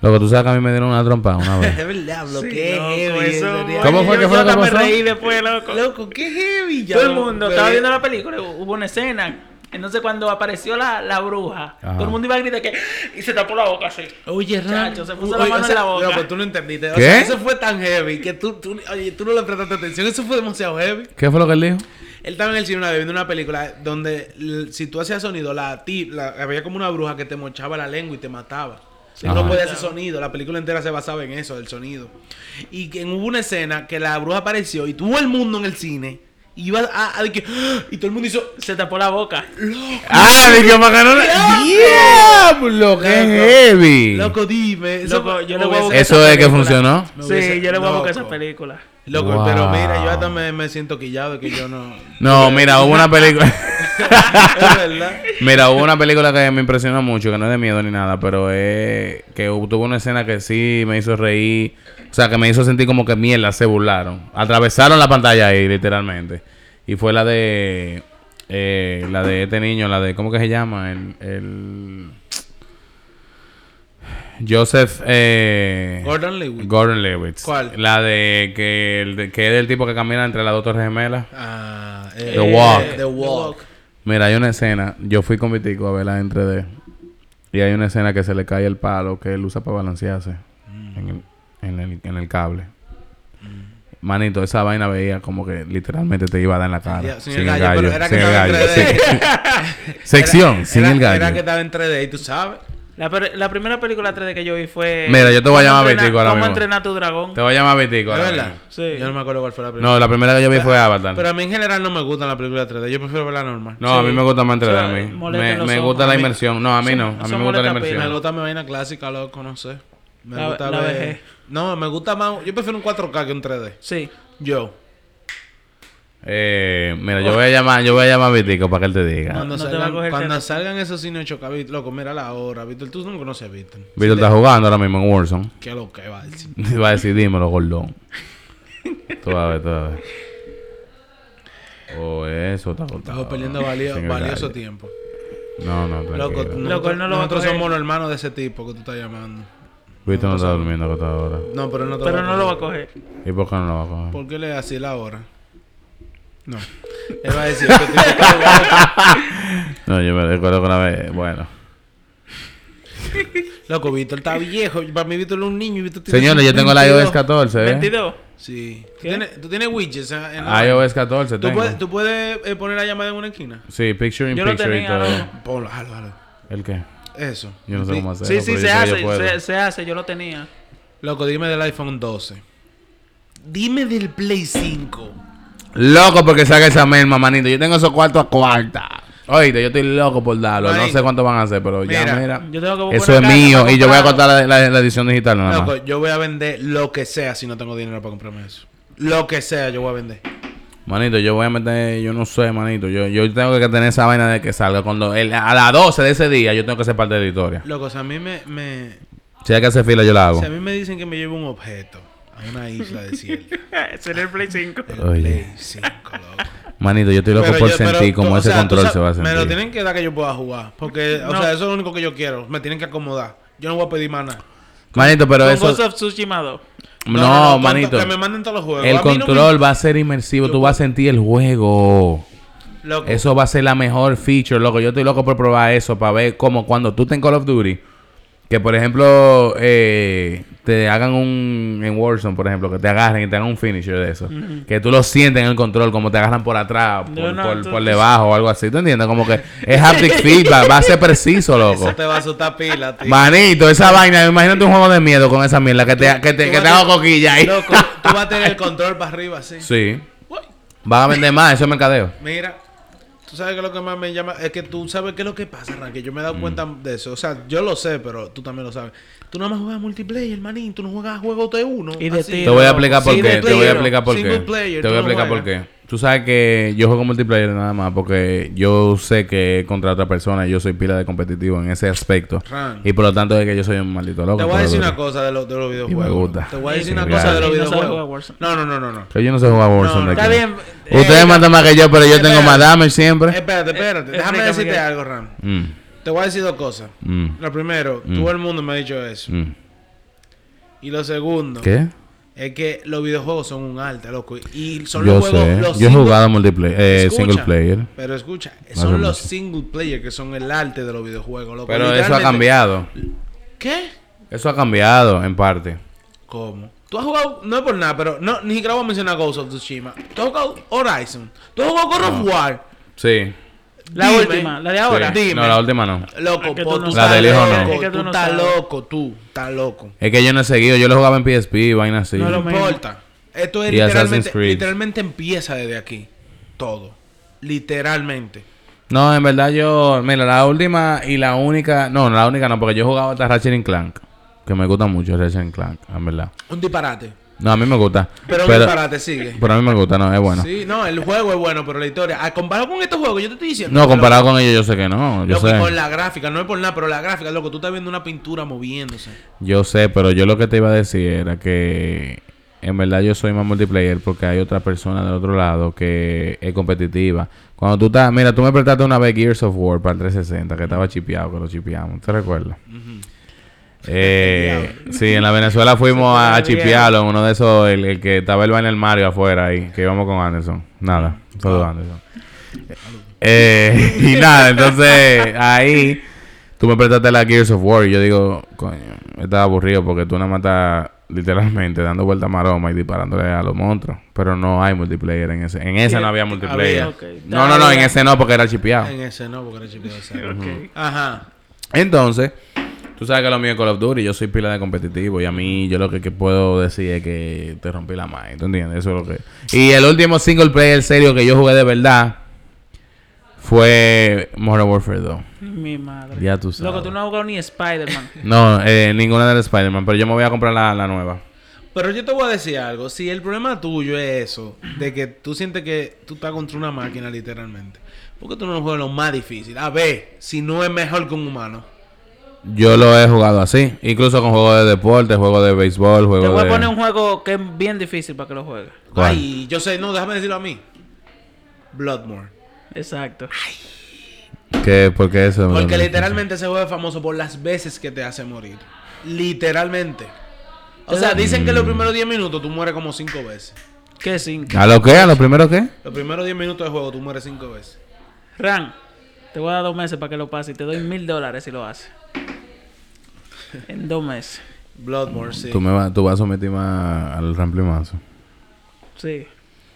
[SPEAKER 1] Loco, tú sabes que a mí me dieron una trompa una vez.
[SPEAKER 3] Es verdad, loco.
[SPEAKER 2] Sí,
[SPEAKER 3] Qué
[SPEAKER 2] loco,
[SPEAKER 3] heavy.
[SPEAKER 2] eso,
[SPEAKER 3] en realidad.
[SPEAKER 1] Ah. ¿Cómo
[SPEAKER 2] oye,
[SPEAKER 1] fue
[SPEAKER 2] yo-
[SPEAKER 1] que fue
[SPEAKER 2] yo
[SPEAKER 1] lo que
[SPEAKER 2] hasta me
[SPEAKER 1] pasó?
[SPEAKER 2] reí después, loco.
[SPEAKER 3] Loco, qué heavy. ya,
[SPEAKER 2] Todo el
[SPEAKER 3] loco,
[SPEAKER 2] mundo
[SPEAKER 3] pero
[SPEAKER 2] estaba
[SPEAKER 3] es-
[SPEAKER 2] viendo la película, hubo una escena. Entonces cuando apareció la, la bruja,
[SPEAKER 1] Ajá.
[SPEAKER 2] todo el mundo iba a gritar que y se tapó la boca así.
[SPEAKER 3] Oye,
[SPEAKER 2] Chacho,
[SPEAKER 3] Ram,
[SPEAKER 2] se puso
[SPEAKER 3] u-
[SPEAKER 2] la
[SPEAKER 3] oye,
[SPEAKER 2] mano en la boca.
[SPEAKER 3] Loco, tú no entendiste. O
[SPEAKER 1] ¿Qué?
[SPEAKER 3] sea, eso fue tan heavy que tú, tú, oye, tú no le prestaste atención. Eso fue demasiado heavy.
[SPEAKER 1] ¿Qué fue lo que él dijo?
[SPEAKER 3] Él estaba en el cine una vez viendo una película donde l- si tú hacías sonido, la, ti- la- había como una bruja que te mochaba la lengua y te mataba. Tú
[SPEAKER 1] Ajá.
[SPEAKER 3] no podías hacer sonido. La película entera se basaba en eso, el sonido. Y que hubo una escena que la bruja apareció y todo el mundo en el cine iba a, a- de que, ¡ah! y todo el mundo hizo
[SPEAKER 2] Se tapó la boca.
[SPEAKER 1] ¡Ah! de que para que no le- ¡Diablo! ¡Qué
[SPEAKER 3] Loco.
[SPEAKER 1] heavy!
[SPEAKER 3] Loco, dime. Eso
[SPEAKER 2] Loco,
[SPEAKER 3] fue-
[SPEAKER 2] yo le
[SPEAKER 3] o
[SPEAKER 2] voy a
[SPEAKER 3] ese-
[SPEAKER 2] buscar
[SPEAKER 1] Eso
[SPEAKER 2] esa
[SPEAKER 1] es que
[SPEAKER 2] película.
[SPEAKER 1] funcionó.
[SPEAKER 3] Me
[SPEAKER 2] Sí,
[SPEAKER 3] hubiese-
[SPEAKER 2] yo le voy a buscar esa
[SPEAKER 3] Loco.
[SPEAKER 2] película.
[SPEAKER 3] Loco,
[SPEAKER 1] Wow.
[SPEAKER 3] pero mira, yo hasta me, me siento quillado de que yo no.
[SPEAKER 1] No, mira, hubo una película.
[SPEAKER 3] es verdad.
[SPEAKER 1] Mira, hubo una película que me impresionó mucho, que no es de miedo ni nada, pero es que hubo- tuvo una escena que sí me hizo reír, o sea, que me hizo sentir como que mierda, se burlaron. Atravesaron la pantalla ahí, literalmente. Y fue la de... eh, la de este niño, la de... ¿Cómo que se llama? El... el- Joseph... eh,
[SPEAKER 3] Gordon Lewis.
[SPEAKER 1] Gordon Lewitt.
[SPEAKER 3] ¿Cuál?
[SPEAKER 1] La de que, el de- que es el tipo que camina entre las dos torres gemelas.
[SPEAKER 3] Ah, eh,
[SPEAKER 1] The Walk.
[SPEAKER 3] The Walk.
[SPEAKER 1] Mira, hay una escena. Yo fui con mi tico a verla en 3D. Y hay una escena que se le cae el palo que él usa para balancearse en, el, en, el, en el cable. Manito, esa vaina veía como que literalmente te iba a dar en la cara.
[SPEAKER 3] Ya, sin
[SPEAKER 1] sin,
[SPEAKER 3] el
[SPEAKER 1] el
[SPEAKER 3] gallo,
[SPEAKER 1] gallo.
[SPEAKER 3] pero era que
[SPEAKER 1] sin el
[SPEAKER 3] estaba en
[SPEAKER 1] gallo.
[SPEAKER 3] 3D.
[SPEAKER 1] sí. Sección,
[SPEAKER 3] Era-
[SPEAKER 1] sin
[SPEAKER 3] era-
[SPEAKER 1] el gallo.
[SPEAKER 3] Era que estaba en 3D, tú sabes.
[SPEAKER 2] La, per- la primera película 3D que yo vi fue.
[SPEAKER 1] Mira, yo te voy a
[SPEAKER 2] ¿Cómo
[SPEAKER 1] llamar
[SPEAKER 2] entrenar-
[SPEAKER 1] Vitico ahora
[SPEAKER 2] ¿Cómo
[SPEAKER 1] mismo.
[SPEAKER 2] entrenar a tu dragón?
[SPEAKER 1] Te voy a llamar Vitico.
[SPEAKER 3] ¿Es
[SPEAKER 1] ahora
[SPEAKER 3] verdad?
[SPEAKER 1] mismo.
[SPEAKER 2] Sí.
[SPEAKER 3] Yo no me acuerdo cuál fue la primera.
[SPEAKER 1] No, la primera que yo vi fue Avatar.
[SPEAKER 3] Pero a mí en general no me gustan las películas 3D. Yo prefiero verla normal.
[SPEAKER 1] no, a mí
[SPEAKER 2] sí.
[SPEAKER 1] me gusta más 3D.
[SPEAKER 2] Eso
[SPEAKER 1] a mí.
[SPEAKER 2] molesta
[SPEAKER 1] Me,
[SPEAKER 2] en los
[SPEAKER 1] me
[SPEAKER 2] ojos.
[SPEAKER 1] gusta
[SPEAKER 2] A
[SPEAKER 1] la
[SPEAKER 2] mí-
[SPEAKER 1] inmersión. No, a mí
[SPEAKER 2] eso-
[SPEAKER 1] no. A mí
[SPEAKER 2] eso
[SPEAKER 1] me gusta la
[SPEAKER 2] molesta pila.
[SPEAKER 1] inmersión.
[SPEAKER 3] Me gusta mi vaina clásica, loco, no sé. Me
[SPEAKER 2] La-
[SPEAKER 3] gusta
[SPEAKER 2] la
[SPEAKER 3] ver.
[SPEAKER 2] vejez.
[SPEAKER 3] No, me gusta más. Yo prefiero un 4K que un 3D.
[SPEAKER 2] Sí.
[SPEAKER 3] Yo.
[SPEAKER 1] Eh, mira, yo voy a llamar, yo voy a llamar a Vitico para que él te diga.
[SPEAKER 3] Cuando,
[SPEAKER 2] no te va a
[SPEAKER 3] salgan,
[SPEAKER 2] coger
[SPEAKER 3] cuando
[SPEAKER 2] teléfono.
[SPEAKER 3] salgan esos cines 8K, Vít- loco, mira la hora. Víctor, tú no conoces a Víctor.
[SPEAKER 1] Víctor está jugando ahora mismo en Warzone.
[SPEAKER 3] Qué lo que va a decir.
[SPEAKER 1] Va a decir, dímelo, gordón. Tú vas a ver, tú vas a ver. O eso, está cortado.
[SPEAKER 3] Estamos perdiendo valio-
[SPEAKER 1] Sin el
[SPEAKER 3] valioso
[SPEAKER 1] gallo.
[SPEAKER 3] tiempo.
[SPEAKER 1] No, no,
[SPEAKER 3] Loco,
[SPEAKER 1] tranquilo.
[SPEAKER 3] nosotros,
[SPEAKER 2] él no lo va a
[SPEAKER 3] nosotros
[SPEAKER 2] coger.
[SPEAKER 3] somos los hermanos de ese tipo que tú estás llamando.
[SPEAKER 1] Víctor no está durmiendo hasta ahora.
[SPEAKER 3] No, pero él no te
[SPEAKER 2] Pero no lo va a
[SPEAKER 3] coger.
[SPEAKER 2] coger.
[SPEAKER 1] ¿Y por qué no lo va a coger?
[SPEAKER 3] ¿Por qué le así la hora? No. Él va a decir que tipo está loco.
[SPEAKER 1] No, yo me recuerdo que una vez... Bueno.
[SPEAKER 3] Loco, Víctor está viejo. Para mí Víctor es un niño. y Víctor tiene
[SPEAKER 1] Señores, yo tengo la
[SPEAKER 3] 22.
[SPEAKER 1] iOS 14, ¿eh?
[SPEAKER 2] 22.
[SPEAKER 3] Sí. ¿Tú
[SPEAKER 2] ¿Qué?
[SPEAKER 3] tienes, tú tienes widgets? en- en la-
[SPEAKER 1] iOS 14
[SPEAKER 3] ¿Tú
[SPEAKER 1] tengo.
[SPEAKER 3] puedes, tú puedes eh, poner la llamada en una esquina?
[SPEAKER 1] Sí, picture in
[SPEAKER 2] Yo lo
[SPEAKER 1] picture y
[SPEAKER 2] tenía,
[SPEAKER 1] todo.
[SPEAKER 3] Ponlo, jalo, jalo.
[SPEAKER 1] ¿El qué?
[SPEAKER 3] Eso.
[SPEAKER 1] Yo no sé cómo hacerlo.
[SPEAKER 2] Sí, sí,
[SPEAKER 1] pero yo
[SPEAKER 2] se
[SPEAKER 1] sé que yo
[SPEAKER 2] hace.
[SPEAKER 1] puedo.
[SPEAKER 2] Se, se hace, yo lo tenía.
[SPEAKER 3] Loco, dime del iPhone 12. Dime del Play 5.
[SPEAKER 1] Loco porque saca esa merma, manito. Yo tengo esos cuartos a cuarta. Oíste, yo estoy loco por darlo. No
[SPEAKER 3] Manito.
[SPEAKER 1] sé cuánto van a hacer, pero ya,
[SPEAKER 3] Mira,
[SPEAKER 1] mira.
[SPEAKER 2] yo tengo que buscar
[SPEAKER 1] Ah, Eso
[SPEAKER 2] una
[SPEAKER 1] es
[SPEAKER 2] casa
[SPEAKER 1] mío.
[SPEAKER 2] para
[SPEAKER 1] Y yo voy a
[SPEAKER 2] comprarlo.
[SPEAKER 1] cortar la, la- la edición digital nada
[SPEAKER 3] Loco,
[SPEAKER 1] más.
[SPEAKER 3] yo voy a vender lo que sea si no tengo dinero para comprarme eso. Lo que sea, yo voy a vender.
[SPEAKER 1] Manito, yo voy a meter... Yo no sé, manito. Yo, yo tengo que tener esa vaina de que salga. cuando el- A las 12 de ese día yo tengo que ser parte de la historia.
[SPEAKER 3] Loco, si a mí me, me-
[SPEAKER 1] Si hay que hacer fila, yo la hago.
[SPEAKER 3] si a mí me dicen que me lleve un objeto a una isla desierta.
[SPEAKER 2] Sería el Play 5.
[SPEAKER 3] El
[SPEAKER 1] Oye.
[SPEAKER 3] Play 5, loco.
[SPEAKER 1] Manito, yo estoy loco
[SPEAKER 3] Pero
[SPEAKER 1] por
[SPEAKER 3] yo-
[SPEAKER 1] sentir
[SPEAKER 3] pero,
[SPEAKER 1] cómo
[SPEAKER 3] o
[SPEAKER 1] ese
[SPEAKER 3] sea, tú
[SPEAKER 1] control
[SPEAKER 3] sabes,
[SPEAKER 1] se va a sentir.
[SPEAKER 3] Me lo tienen que dar que yo pueda jugar. Porque, o
[SPEAKER 2] No.
[SPEAKER 3] sea, eso es lo único que yo quiero. Me tienen que acomodar. Yo no voy a pedir más nada.
[SPEAKER 1] Manito, pero
[SPEAKER 2] Con
[SPEAKER 1] eso...
[SPEAKER 2] Ghost of Tsushima 2.
[SPEAKER 1] No,
[SPEAKER 3] tonto,
[SPEAKER 1] manito.
[SPEAKER 3] Que me manden todos los juegos.
[SPEAKER 1] El
[SPEAKER 3] A mí no me-
[SPEAKER 1] control va a ser inmersivo. Tú vas a sentir el juego.
[SPEAKER 3] Loco,
[SPEAKER 1] Eso va a ser la mejor feature, loco. Yo estoy loco por probar eso, para ver cómo cuando tú estés en Call of Duty, que por ejemplo eh, te hagan un... En Warzone, por ejemplo, que te agarren y te hagan un finisher de eso. Que tú lo sientes en el control, como te agarran por atrás, por,
[SPEAKER 2] No, no,
[SPEAKER 1] por-
[SPEAKER 2] tú-
[SPEAKER 1] por debajo o algo así. ¿Tú entiendes? Como que es haptic feedback, va a ser preciso, loco.
[SPEAKER 3] eso te va a azotar pila, tío.
[SPEAKER 1] Manito, esa vaina, imagínate un juego de miedo con esa mierda que te, que te,
[SPEAKER 3] Tú
[SPEAKER 1] que
[SPEAKER 3] vas
[SPEAKER 1] te
[SPEAKER 3] a-
[SPEAKER 1] hago coquilla ahí.
[SPEAKER 3] Loco, tú vas a tener el control para arriba, así.
[SPEAKER 1] Sí. Van a vender más, eso es mercadeo.
[SPEAKER 3] Mira, tú sabes que lo que más me llama es que tú sabes qué es lo que pasa, Ranque. Yo me he
[SPEAKER 1] Mm.
[SPEAKER 3] dado cuenta de eso. O sea, yo lo sé, pero tú también lo sabes. Tú nada más juegas multiplayer, manín. Tú no juegas juegos de uno.
[SPEAKER 2] Y de
[SPEAKER 1] Te
[SPEAKER 2] tiro.
[SPEAKER 1] voy a explicar por
[SPEAKER 3] Sí,
[SPEAKER 1] qué.
[SPEAKER 3] de
[SPEAKER 1] Te voy a
[SPEAKER 3] player,
[SPEAKER 1] explicar por
[SPEAKER 3] single
[SPEAKER 1] qué.
[SPEAKER 3] player,
[SPEAKER 1] Te voy a
[SPEAKER 3] tú no
[SPEAKER 1] explicar por
[SPEAKER 3] juegas.
[SPEAKER 1] qué. Tú sabes que yo juego multiplayer nada más porque yo sé que contra otra persona yo soy pila de competitivo en ese aspecto.
[SPEAKER 3] Ran.
[SPEAKER 1] Y por lo tanto es que yo soy un maldito loco.
[SPEAKER 3] Te voy a decir
[SPEAKER 1] pero-
[SPEAKER 3] una cosa de, los- de los videojuegos.
[SPEAKER 1] gusta. Eh,
[SPEAKER 3] Te voy a decir
[SPEAKER 1] Sí,
[SPEAKER 3] una
[SPEAKER 1] claro.
[SPEAKER 3] cosa de los
[SPEAKER 2] Y no sabe jugar
[SPEAKER 3] videojuegos.
[SPEAKER 2] Warzone.
[SPEAKER 3] No, no, no, no, no.
[SPEAKER 1] Que yo no sé jugar Warzone.
[SPEAKER 3] No,
[SPEAKER 1] de
[SPEAKER 3] no,
[SPEAKER 2] Está
[SPEAKER 1] aquí.
[SPEAKER 2] bien. eh,
[SPEAKER 1] Ustedes matan más que yo, pero yo tengo
[SPEAKER 3] espera. Eh,
[SPEAKER 1] más damage siempre.
[SPEAKER 3] Espérate, espérate. Déjame
[SPEAKER 2] explícame,
[SPEAKER 3] decirte
[SPEAKER 2] Miguel.
[SPEAKER 3] algo, Ram.
[SPEAKER 1] Mm,
[SPEAKER 3] Te voy a decir dos cosas.
[SPEAKER 1] mm,
[SPEAKER 3] Lo primero, todo el mundo me ha dicho eso.
[SPEAKER 1] mm.
[SPEAKER 3] Y lo segundo,
[SPEAKER 1] ¿Qué?
[SPEAKER 3] es que los videojuegos son un arte, loco. Y son
[SPEAKER 1] Yo
[SPEAKER 3] los juegos.
[SPEAKER 1] sé.
[SPEAKER 3] los
[SPEAKER 1] Yo he
[SPEAKER 3] single-
[SPEAKER 1] jugado multiplayer, eh,
[SPEAKER 3] Escucha,
[SPEAKER 1] single player.
[SPEAKER 3] Pero escucha,
[SPEAKER 1] o
[SPEAKER 3] son
[SPEAKER 1] menos.
[SPEAKER 3] los single player que son el arte de los videojuegos, loco.
[SPEAKER 1] Pero eso ha
[SPEAKER 3] Literalmente-
[SPEAKER 1] cambiado.
[SPEAKER 3] ¿Qué?
[SPEAKER 1] Eso ha cambiado en parte.
[SPEAKER 3] ¿Cómo? Tú has jugado, no es por nada, pero no, ni siquiera voy a mencionar Ghost of Tsushima. Tú has jugado Horizon. Tú has jugado God of War.
[SPEAKER 1] Sí.
[SPEAKER 2] La
[SPEAKER 3] Dime.
[SPEAKER 2] última, la de ahora.
[SPEAKER 1] Sí.
[SPEAKER 3] Dime.
[SPEAKER 1] No, la última no.
[SPEAKER 3] Loco,
[SPEAKER 2] Es que
[SPEAKER 3] po,
[SPEAKER 2] tú no
[SPEAKER 3] tú
[SPEAKER 1] La del
[SPEAKER 3] estás
[SPEAKER 1] hijo no.
[SPEAKER 3] loco,
[SPEAKER 2] Es que tú
[SPEAKER 3] tú
[SPEAKER 2] no
[SPEAKER 3] estás
[SPEAKER 2] sabes.
[SPEAKER 3] loco, tú estás loco.
[SPEAKER 1] Es que yo no he seguido. Yo lo jugaba en PSP y vaina así.
[SPEAKER 2] No lo
[SPEAKER 3] No
[SPEAKER 2] Bueno.
[SPEAKER 3] importa. Esto es
[SPEAKER 1] Y Assassin's
[SPEAKER 3] literalmente,
[SPEAKER 1] Creed.
[SPEAKER 3] literalmente empieza desde aquí. Todo. Literalmente.
[SPEAKER 1] No, en verdad yo, mira, la última y la única, no, la única no, porque yo he jugado hasta Ratchet and Clank, que me gusta mucho Ratchet and Clank, en verdad.
[SPEAKER 3] Un disparate.
[SPEAKER 1] No, a mí me gusta.
[SPEAKER 3] Pero,
[SPEAKER 1] Pero,
[SPEAKER 3] un
[SPEAKER 1] pero,
[SPEAKER 3] disparate sigue.
[SPEAKER 1] a mí me gusta, no, es bueno.
[SPEAKER 3] Sí, no, el juego es bueno, pero la historia. Ah, comparado con estos juegos, yo te estoy diciendo.
[SPEAKER 1] No,
[SPEAKER 3] que
[SPEAKER 1] comparado con ellos yo sé que no, yo
[SPEAKER 3] Loco, y
[SPEAKER 1] sé.
[SPEAKER 3] con la gráfica, no es por nada, pero la gráfica, loco, tú estás viendo una pintura moviéndose.
[SPEAKER 1] Yo sé, pero yo lo que te iba a decir era que en verdad yo soy más multiplayer porque hay otra persona del otro lado que es competitiva. Cuando tú estás, mira, tú me prestaste una vez Gears of War para el 360, que estaba chipeado, que lo chipeamos, ¿te recuerdas? Eh, sí, en la Venezuela fuimos a, a chipearlo en uno de esos, el, el que estaba el baile del Mario afuera ahí, que íbamos con Anderson. Nada, solo Anderson. Eh, y nada, entonces ahí tú me prestaste la Gears of War y yo digo, coño, estaba aburrido porque tú nada más estás literalmente dando vuelta a maroma y disparándole a los monstruos. Pero no hay multiplayer en ese. En ese no había multiplayer.
[SPEAKER 3] había,
[SPEAKER 2] ok.
[SPEAKER 1] No, no, no, en ese no porque era chipeado.
[SPEAKER 3] En ese no, porque era chipeado. o sea.
[SPEAKER 2] Ok.
[SPEAKER 3] Ajá.
[SPEAKER 1] Entonces, tú sabes que lo mío es Call of Duty, yo soy pila de competitivo y a mí yo lo que, que puedo decir es que te rompí la mano, ¿tú entiendes? Eso es lo que... Y el último single player serio que yo jugué de verdad fue Modern Warfare 2.
[SPEAKER 2] Mi madre.
[SPEAKER 1] Ya tú sabes.
[SPEAKER 2] Loco, tú no has jugado ni Spider-Man.
[SPEAKER 1] No, eh, ninguna de Spider-Man, pero yo me voy a comprar la, la nueva.
[SPEAKER 3] Pero yo te voy a decir algo. Si el problema tuyo es eso, de que tú sientes que tú estás contra una máquina, literalmente, ¿por qué tú no juegas lo más difícil? A ver, si no es mejor que un humano.
[SPEAKER 1] Yo lo he jugado así, incluso con juegos de deporte, juegos de béisbol,
[SPEAKER 2] Te
[SPEAKER 1] juegos
[SPEAKER 2] voy a
[SPEAKER 1] de...
[SPEAKER 2] poner un juego que es bien difícil para que lo juegues.
[SPEAKER 1] ¿Cuál?
[SPEAKER 3] Ay, yo sé, no, déjame decirlo a mí. Bloodborne.
[SPEAKER 2] Exacto.
[SPEAKER 1] ¿Qué? ¿Por qué eso?
[SPEAKER 3] Porque literalmente ese juego es famoso por las veces que te hace morir. Literalmente. O sea, dicen que los
[SPEAKER 1] Mm.
[SPEAKER 3] primeros 10 minutos tú mueres como 5 veces.
[SPEAKER 2] ¿Qué sin?
[SPEAKER 1] ¿A lo qué? ¿A lo primero qué?
[SPEAKER 3] Los primeros 10 minutos de juego tú mueres 5 veces.
[SPEAKER 2] Ran, te voy a dar dos meses para que lo pases y te doy mil dólares si lo haces. En dos meses.
[SPEAKER 3] Bloodborne, sí.
[SPEAKER 1] Tú, me vas, tú vas a someter más al ramplimazo.
[SPEAKER 2] Sí.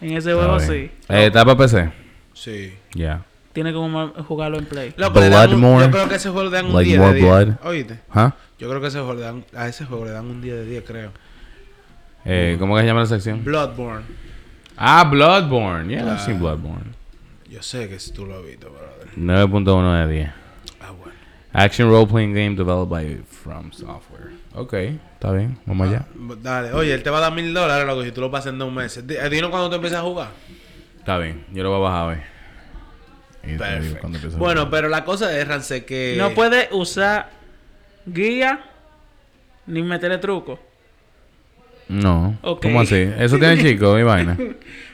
[SPEAKER 2] En ese juego
[SPEAKER 1] Está
[SPEAKER 2] sí.
[SPEAKER 1] bien. Eh, ¿Está para PC?
[SPEAKER 3] Sí.
[SPEAKER 1] Ya.
[SPEAKER 2] Tiene que jum- jugarlo en play.
[SPEAKER 3] Loco, le dan un-
[SPEAKER 1] Bloodborne,
[SPEAKER 3] yo creo que ese juego le dan un
[SPEAKER 1] like
[SPEAKER 3] 10 de
[SPEAKER 1] more
[SPEAKER 3] 10.
[SPEAKER 1] blood.
[SPEAKER 3] Oíste.
[SPEAKER 1] ¿Ah?
[SPEAKER 3] Yo creo que ese juego le dan, a ese juego le dan un 10 de 10, creo.
[SPEAKER 1] Eh, ¿Cómo que se llama la sección?
[SPEAKER 3] Bloodborne.
[SPEAKER 1] Ah, Bloodborne. Yeah, I've
[SPEAKER 2] Ah.
[SPEAKER 1] seen Bloodborne.
[SPEAKER 3] Yo sé que si tú lo has visto, brother.
[SPEAKER 1] 9.1 de 10.
[SPEAKER 3] Ah, bueno.
[SPEAKER 1] Action role-playing game developed by From Software. Ok, está bien. Vamos allá.
[SPEAKER 3] Dale, oye, él te va a dar mil dólares, loco, si tú lo pasas en dos meses. Di- eh, Dinos cuando tú empiezas a jugar.
[SPEAKER 1] Está bien. Yo lo voy a bajar hoy. Y te digo cuando empiece a
[SPEAKER 3] Bueno,
[SPEAKER 1] jugar.
[SPEAKER 3] pero la cosa es, Rance, que...
[SPEAKER 2] No puede usar guía ni meterle truco.
[SPEAKER 1] No.
[SPEAKER 2] Ok.
[SPEAKER 1] ¿Cómo así? Eso tiene chico y vaina.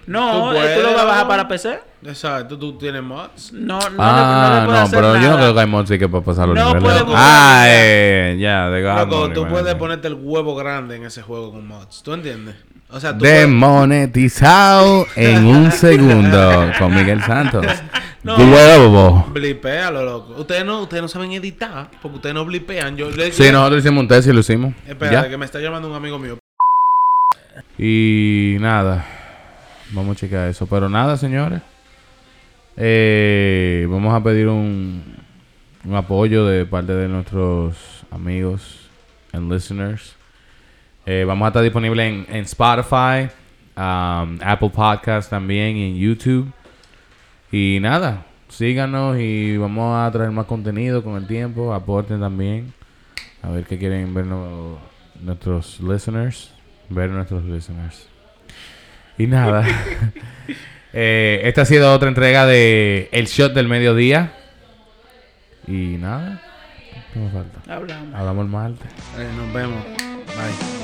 [SPEAKER 2] No,
[SPEAKER 3] Tú
[SPEAKER 2] eh, ¿tú lo vas a bajar
[SPEAKER 3] puedes.
[SPEAKER 2] para PC?
[SPEAKER 3] Exacto, tú tienes mods.
[SPEAKER 2] No, no, le-
[SPEAKER 1] Ah,
[SPEAKER 2] no,
[SPEAKER 1] no,
[SPEAKER 2] le puedo hacer
[SPEAKER 1] pero yo no
[SPEAKER 2] nada.
[SPEAKER 1] creo que hay mods que para pasar los
[SPEAKER 2] No
[SPEAKER 1] niveles.
[SPEAKER 2] puede buscar,
[SPEAKER 1] ah,
[SPEAKER 2] ya.
[SPEAKER 1] eh, ya, de
[SPEAKER 3] Loco,
[SPEAKER 1] Godmode,
[SPEAKER 3] tú puedes
[SPEAKER 1] imagínate.
[SPEAKER 3] ponerte el huevo grande en ese juego con mods. ¿Tú entiendes? O sea, tú puedes-
[SPEAKER 1] Demonetizado en un segundo con Miguel Santos.
[SPEAKER 2] No.
[SPEAKER 1] Globo.
[SPEAKER 3] Blipéalo, loco. Ustedes no, ustedes no saben editar, porque ustedes no blipean. Yo le
[SPEAKER 1] Sí, nosotros hicimos un test y lo hicimos.
[SPEAKER 3] Espera,
[SPEAKER 1] Ya.
[SPEAKER 3] que me está llamando un amigo mío.
[SPEAKER 1] Y nada. Vamos a checar eso. Pero nada, señores. Eh, vamos a pedir un, un apoyo de parte de nuestros amigos and listeners. Eh, vamos a estar disponible en, en Spotify, um, Apple Podcast también y en YouTube. Y nada, síganos y vamos a traer más contenido con el tiempo. Aporten también. A ver qué quieren ver no- nuestros listeners. Ver nuestros listeners. Y nada. Eh, esta ha sido otra entrega de El Shot del Mediodía. Y nada. ¿Qué me falta?
[SPEAKER 2] Hablamos.
[SPEAKER 1] Hablamos el martes.
[SPEAKER 3] Eh, nos vemos. Bye.